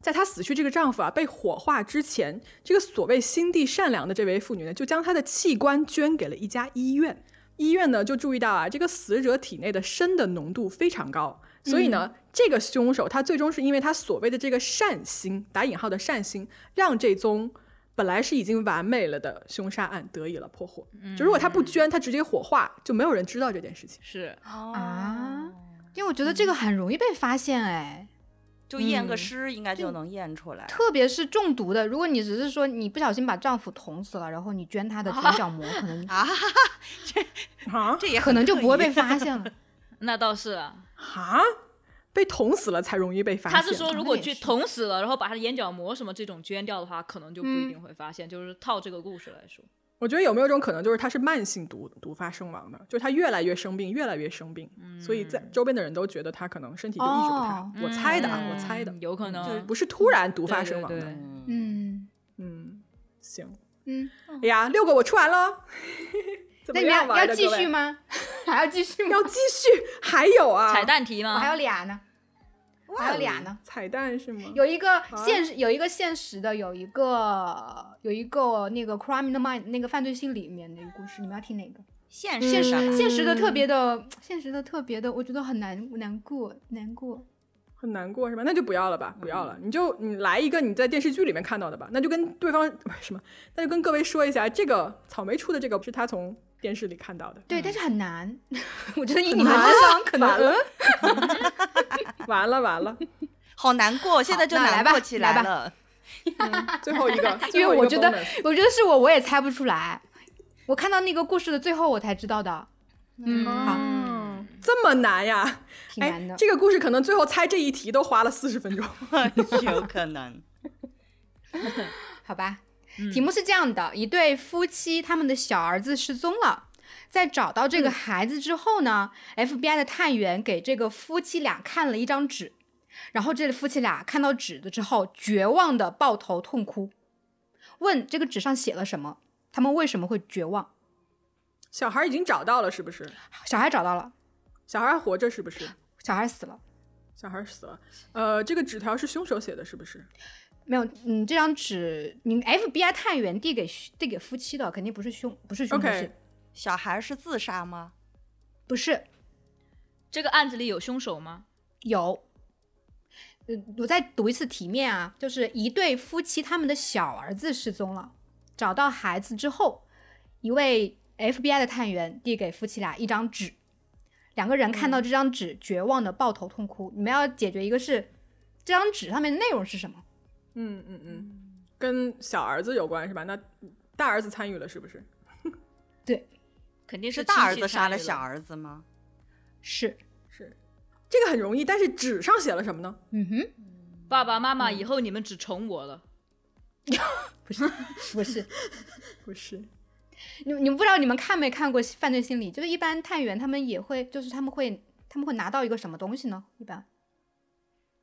在她死去这个丈夫啊被火化之前，这个所谓心地善良的这位妇女呢，就将她的器官捐给了一家医院。医院呢就注意到啊，这个死者体内的砷的浓度非常高，所以呢，
嗯
这个凶手他最终是因为他所谓的这个善心（打引号的善心），让这宗本来是已经完美了的凶杀案得以了破获。
嗯
就如果他不捐，他直接火化，就没有人知道这件事情。
是
哦
啊因为我觉得这个很容易被发现哎，
就验个
嗯
尸应该就能验出来。
特别是中毒的，如果你只是说你不小心把丈夫捅死了，然后你捐他的舔角膜，可能
啊，
啊
这也很
可能就不会被
特
发 现了。
那倒是啊。
啊！被捅死了才容易被发现。
他是说，如
那
果
也
去
是
捅死了，然后把他的眼角膜什么这种捐掉的话，可能就不一
嗯
定会发现。就是套这个故事来说，
我觉得有没有一种可能，就是他是慢性毒毒发身亡的，就是他越来越生病，越来越生病，
嗯
所以在周边的人都觉得他可能身体就抑制不太好。
哦
我猜的啊，
嗯
我猜的，
有可能
就是不是突然毒发
对对
身亡的。
对
嗯
嗯
嗯，行，
嗯，
哎呀，六个我出完了，怎
那
么
你们
样
要
玩
要
的
继
各位
续吗？ 还要继续吗
要？继续，还有 啊，哦
彩蛋题
我
吗？
还有俩呢，我还有俩呢。
彩蛋是吗？
有一个
啊
现实，有一个现实的，有一个有一个那个《Crime in the Mind》那个犯罪心理里面的一个故事，你们要听哪个？
现
现实、
实上吧，
现实的
嗯
特别的，现实的特别的，我觉得很难难过难过。
很难过是吧？那就不要了吧，不要了，
嗯
你就你来一个你在电视剧里面看到的吧，那就跟对方 不是什么，那就跟各位说一下，这个草莓出的这个是他从电视里看到的，
对，但是很难， 我觉得 以你
很
们
难
智商可能
完了
嗯
嗯 完了完了，
好难过，现在就
那来
难
吧
过起
来吧
了。
最后一 个，
因为我觉
最后
得
一个 bonus，
我觉得是我，我也猜不出来。我看到那个故事的最后，我才知道的。嗯，好，
嗯，这么难呀？
挺难
哎
的，。
这个故事可能最后猜这一题都花了四十分钟。
有可能。
好吧，题目是这样的：一对夫妻，他们的小儿子失踪了。在找到这个孩子之后呢、f b i 的探员给这个夫妻俩看了一张纸，然后这夫妻俩看到纸的之后，绝望的抱头痛哭，问这个纸上写了什么，他们为什么会绝望？
小孩已经找到了，是不是？
小孩找到了，
小孩还活着，是不是？
小孩死了，
小孩死了。呃，这个纸条是凶手写的，是不是？
没有，嗯，这张纸，你 FBI 探员递给递给夫妻的，肯定不是凶，不是凶手
OK
是
小孩是自杀吗？
不是
这个案子里有凶手吗？
有。呃，我再读一次题面啊，就是一对夫妻，他们的小儿子失踪了，找到孩子之后，一位 FBI 的探员递给夫妻俩一张纸，两个人看到这张纸，绝望的抱头痛哭。你们要解决一个是这张纸上面的内容是什么？
嗯嗯嗯，跟小儿子有关是吧？那大儿子参与了，是不是？
肯定
是
亲
大儿
戚
子杀
参
了
与
小儿子吗？
是，
是，这个很容易，但是纸上写了什么呢？
嗯哼，
爸爸妈
嗯
妈，以后你们只宠我了。
不是，不是。
不是，
你你们不知道你们看没看过《犯罪心理》？就是一般探员他们也会，就是他们会他们会拿到一个什么东西呢？一般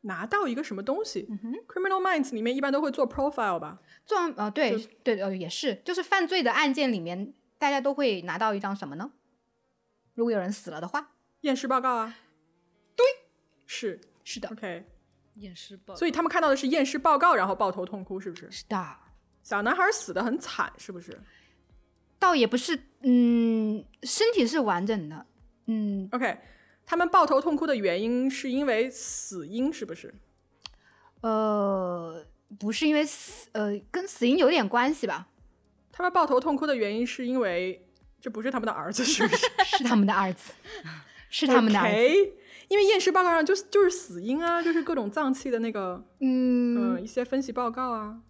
拿到一个什么东西、
嗯哼
c r i m i n a l Minds 里面一般都会做 profile 吧？
做完呃对对呃也是，就是犯罪的案件里面，大家都会拿到一张什么呢？如果有人死了的话，
验尸报告啊？对，是
是的，
OK。
验尸报，
所以他们看到的是验尸报告，然后抱头痛哭，是不是？
是的，
小男孩死的很惨，是不是
倒也不是，嗯，身体是完整的，嗯，
？OK，他们抱头痛哭的原因是因为死因，是不是？
呃，不是因为死，呃，跟死因有点关系吧？
他们抱头痛哭的原因是因为这不是他们的儿子，是不是？
是他们的儿子， 是他们的 儿子，
OK，因为验尸报告上就是就是死因啊，就是各种脏器的那个，嗯、
嗯
一些分析报告啊。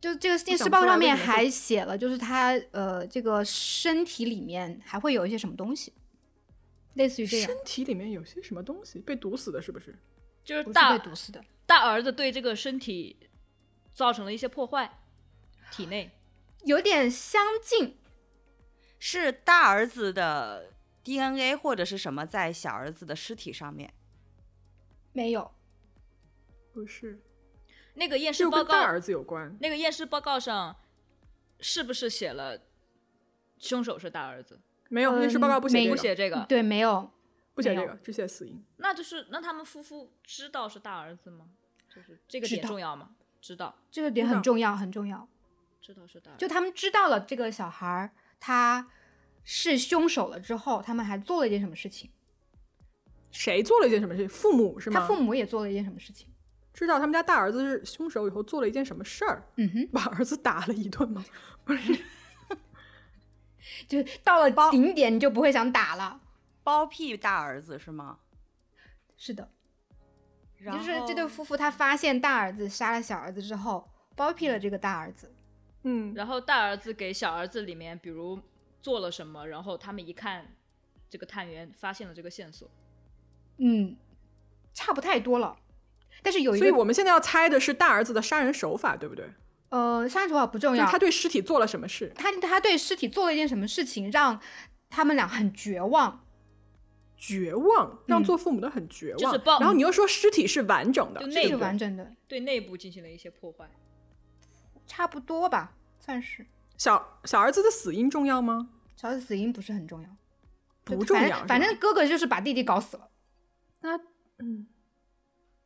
就这个电
想不
视报
出来
上
为
面
什么会
还写了，就是他呃，这个身体里面还会有一些什么东西，类似于这样
身，体里面有些什么东西被毒死的，是不是？
就是
不是
大
被毒死的，
大儿子对这个身体造成了一些破坏，体内
有点相近，
是大儿子的 DNA 或者是什么在小儿子的尸体上面？
没有，
不是，
那个验尸
就
报
跟
告
大，儿子有关。
那个验尸报告上是不是写了凶手是大儿子？
没有，
嗯
验尸报告不写这
没
个，
不写这个，
对，没有，
不写
没
这
有
个，只写死因。
那就是那他们夫妇知道是大儿子吗？就是这个
知
点
道
重要吗？知道，
这个点
知道
很重要，很重要，
知道是大儿子。
就他们知道了这个小孩儿他是凶手了之后，他们还做了一件什么事情，
谁做了一件什么事？父母是吗？
他父母也做了一件什么事情，
知道他们家大儿子是凶手以后，做了一件什么事儿？
嗯哼，
把儿子打了一 顿吗？
就是到了顶点你就不会想打了，
包庇大儿子是吗？
是的，
然
就
后
是这对夫妇，他发现大儿子杀了小儿子之后，包庇了这个大儿子。
嗯，
然后大儿子给小儿子里面，比如做了什么，然后他们一看，这个探员发现了这个线索。
嗯，差不太多了。但是有一
所以
个
我们现在要猜的是大儿子的杀人手法，对不对？
呃，杀人手法不重
就是
要，
他对尸体做了什么事？
他他对尸体做了一件什么事情，让他们俩很绝望。
绝望，
嗯
让做父母的很绝望。
就是报
然后你又说尸体是完整的
就，
这
内
是
部
完整的，
对内部进行了一些破坏。
差不多吧，算是。
小小儿子的死因重要吗？
小死因不是很重要，就
不重要，
反正反
是吧
正哥哥就是把弟弟搞死了。
那嗯，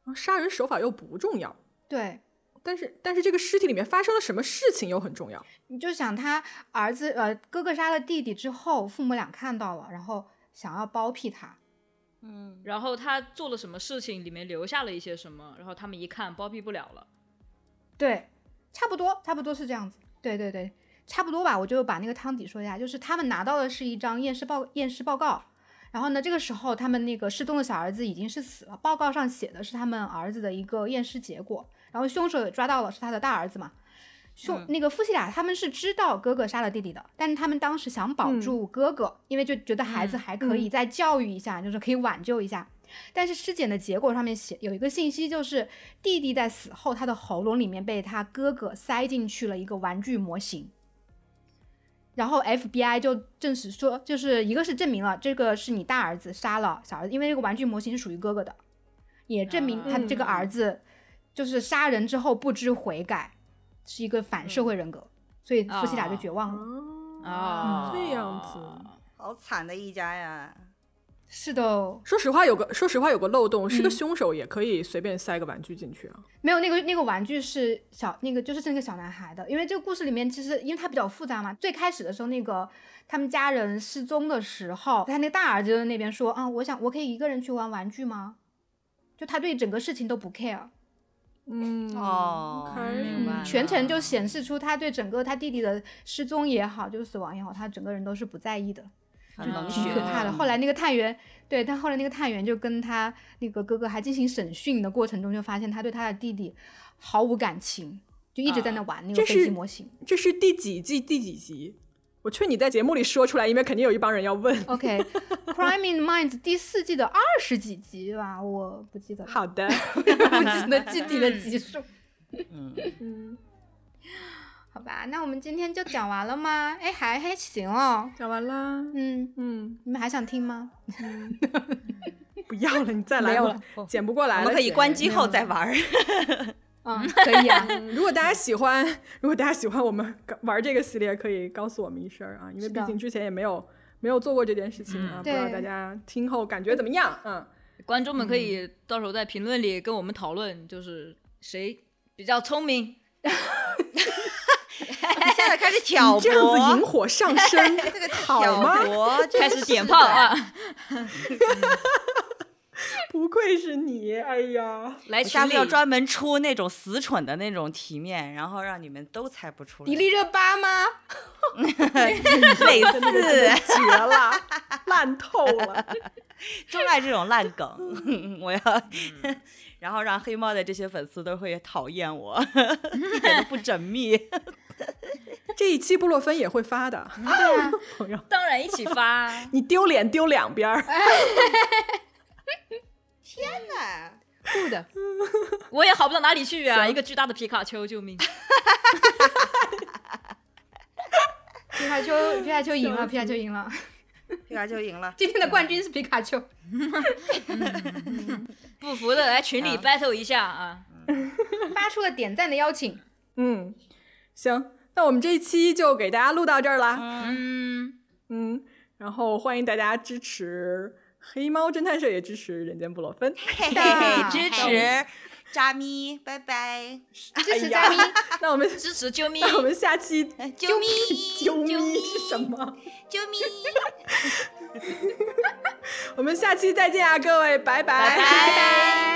啊杀人手法又不重要，
对，
但是但是这个尸体里面发生了什么事情又很重要。
你就想他儿子呃哥哥杀了弟弟之后，父母俩看到了，然后想要包庇他。
嗯，
然后他做了什么事情，里面留下了一些什么，然后他们一看包庇不了了。
对，差不多，差不多是这样子。对对对，差不多吧。我就把那个汤底说一下，就是他们拿到的是一张验尸报验尸报告，然后呢，这个时候他们那个失踪的小儿子已经是死了，报告上写的是他们儿子的一个验尸结果，然后凶手也抓到了，是他的大儿子嘛。凶、那个夫妻俩他们是知道哥哥杀了弟弟的，但是他们当时想保
嗯
住哥哥，因为就觉得孩子
嗯
还可以再教育一下，就是可以挽救一下。但是尸检的结果上面写有一个信息，就是弟弟在死后，他的喉咙里面被他哥哥塞进去了一个玩具模型。然后 FBI 就证实说，就是一个是证明了这个是你大儿子杀了小儿子，因为这个玩具模型是属于哥哥的，也证明
啊
他这个儿子就是杀人之后不知悔改，是一个反
嗯
社会人格，所以夫妻俩就绝望了。
哦
啊
这样子。
好惨的一家呀。
是的哦，
说实话，有个说实话有个漏洞，是个
嗯
凶手也可以随便塞个玩具进去啊。
没有那个那个玩具是小那个就是那个小男孩的，因为这个故事里面其实因为它比较复杂嘛，最开始的时候那个他们家人失踪的时候，他那个大儿子就在那边说啊、我想我可以一个人去玩玩具吗？就他对整个事情都不 care，
嗯，
哦
OK
明白了
全程就显示出他对整个他弟弟的失踪也好，就是死亡也好，他整个人都是不在意的，
很
哦
冷
挺
血，啊
可怕的。后来那个探员，对，但后来那个探员就跟他那个哥哥还进行审讯的过程中，就发现他对他的弟弟毫无感情，就一直在那玩那
啊这
个飞
是
机模型。
这是第几季第几集？我劝你在节目里说出来，因为肯定有一帮人要问。
OK，《Crime in Minds》第四季的二十几集吧，我不记得了，
好的，
不记得具体的集数。
嗯，
嗯，
好吧，那我们今天就讲完了吗？哎，还还行哦。
讲完啦。
嗯，
嗯，
你们还想听吗？
不要了，你再
没
来
有
吧，剪不过来
哦
了。
我们可以
剪
关机后再玩儿。
嗯，可 以啊。
如果大家喜欢， 如果大家喜欢我们玩这个系列，可以告诉我们一声啊，因为
是
毕
的
竟之前也没有没有做过这件事情啊，
嗯
不知道
对
大家听后感觉怎么样？嗯，
观众们可以到时候在评论里跟我们讨论，就是谁比较聪 明。
你 现在开始挑 拨，
这样子引火上身，
这个
好吗
挑拨真
开
是
始
的
点炮！啊！
不愧是你，哎呀，
来
我下
群
次
里
要专门出那种死蠢的那种题面，然后让你们都猜不出来
迪。丽热巴吗？
类
真的真的
似，
绝了，烂透了。
钟爱这种烂梗，我要，然后让黑猫的这些粉丝都会讨厌我，一点都不缜密。
这一期布洛芬也会发的，
对啊，
朋友，。
当然一起发
你丢脸丢两边儿。
酷的。
我也好不到哪里去啊！一个巨大的皮卡丘，救 命！
皮卡丘，皮卡丘赢了，皮卡丘赢了。
皮卡丘赢了，
今天的冠军是皮卡丘。
不服的来群里
啊
battle 一下啊！
发出了点赞的邀请。
嗯，行，那我们这一期就给大家录到这儿啦。
嗯，
嗯，然后欢迎大家支持黑猫侦探社，也支持人间布洛芬。
嘿嘿
的
嘿，支持扎咪，拜拜，
支持
哎呀
嘉宾，
那我们
支持救 命！
那我们下期
救命，
啾
救
咪
命，
是什么？
救命，
我们下期再见啊，各位，拜拜
拜拜。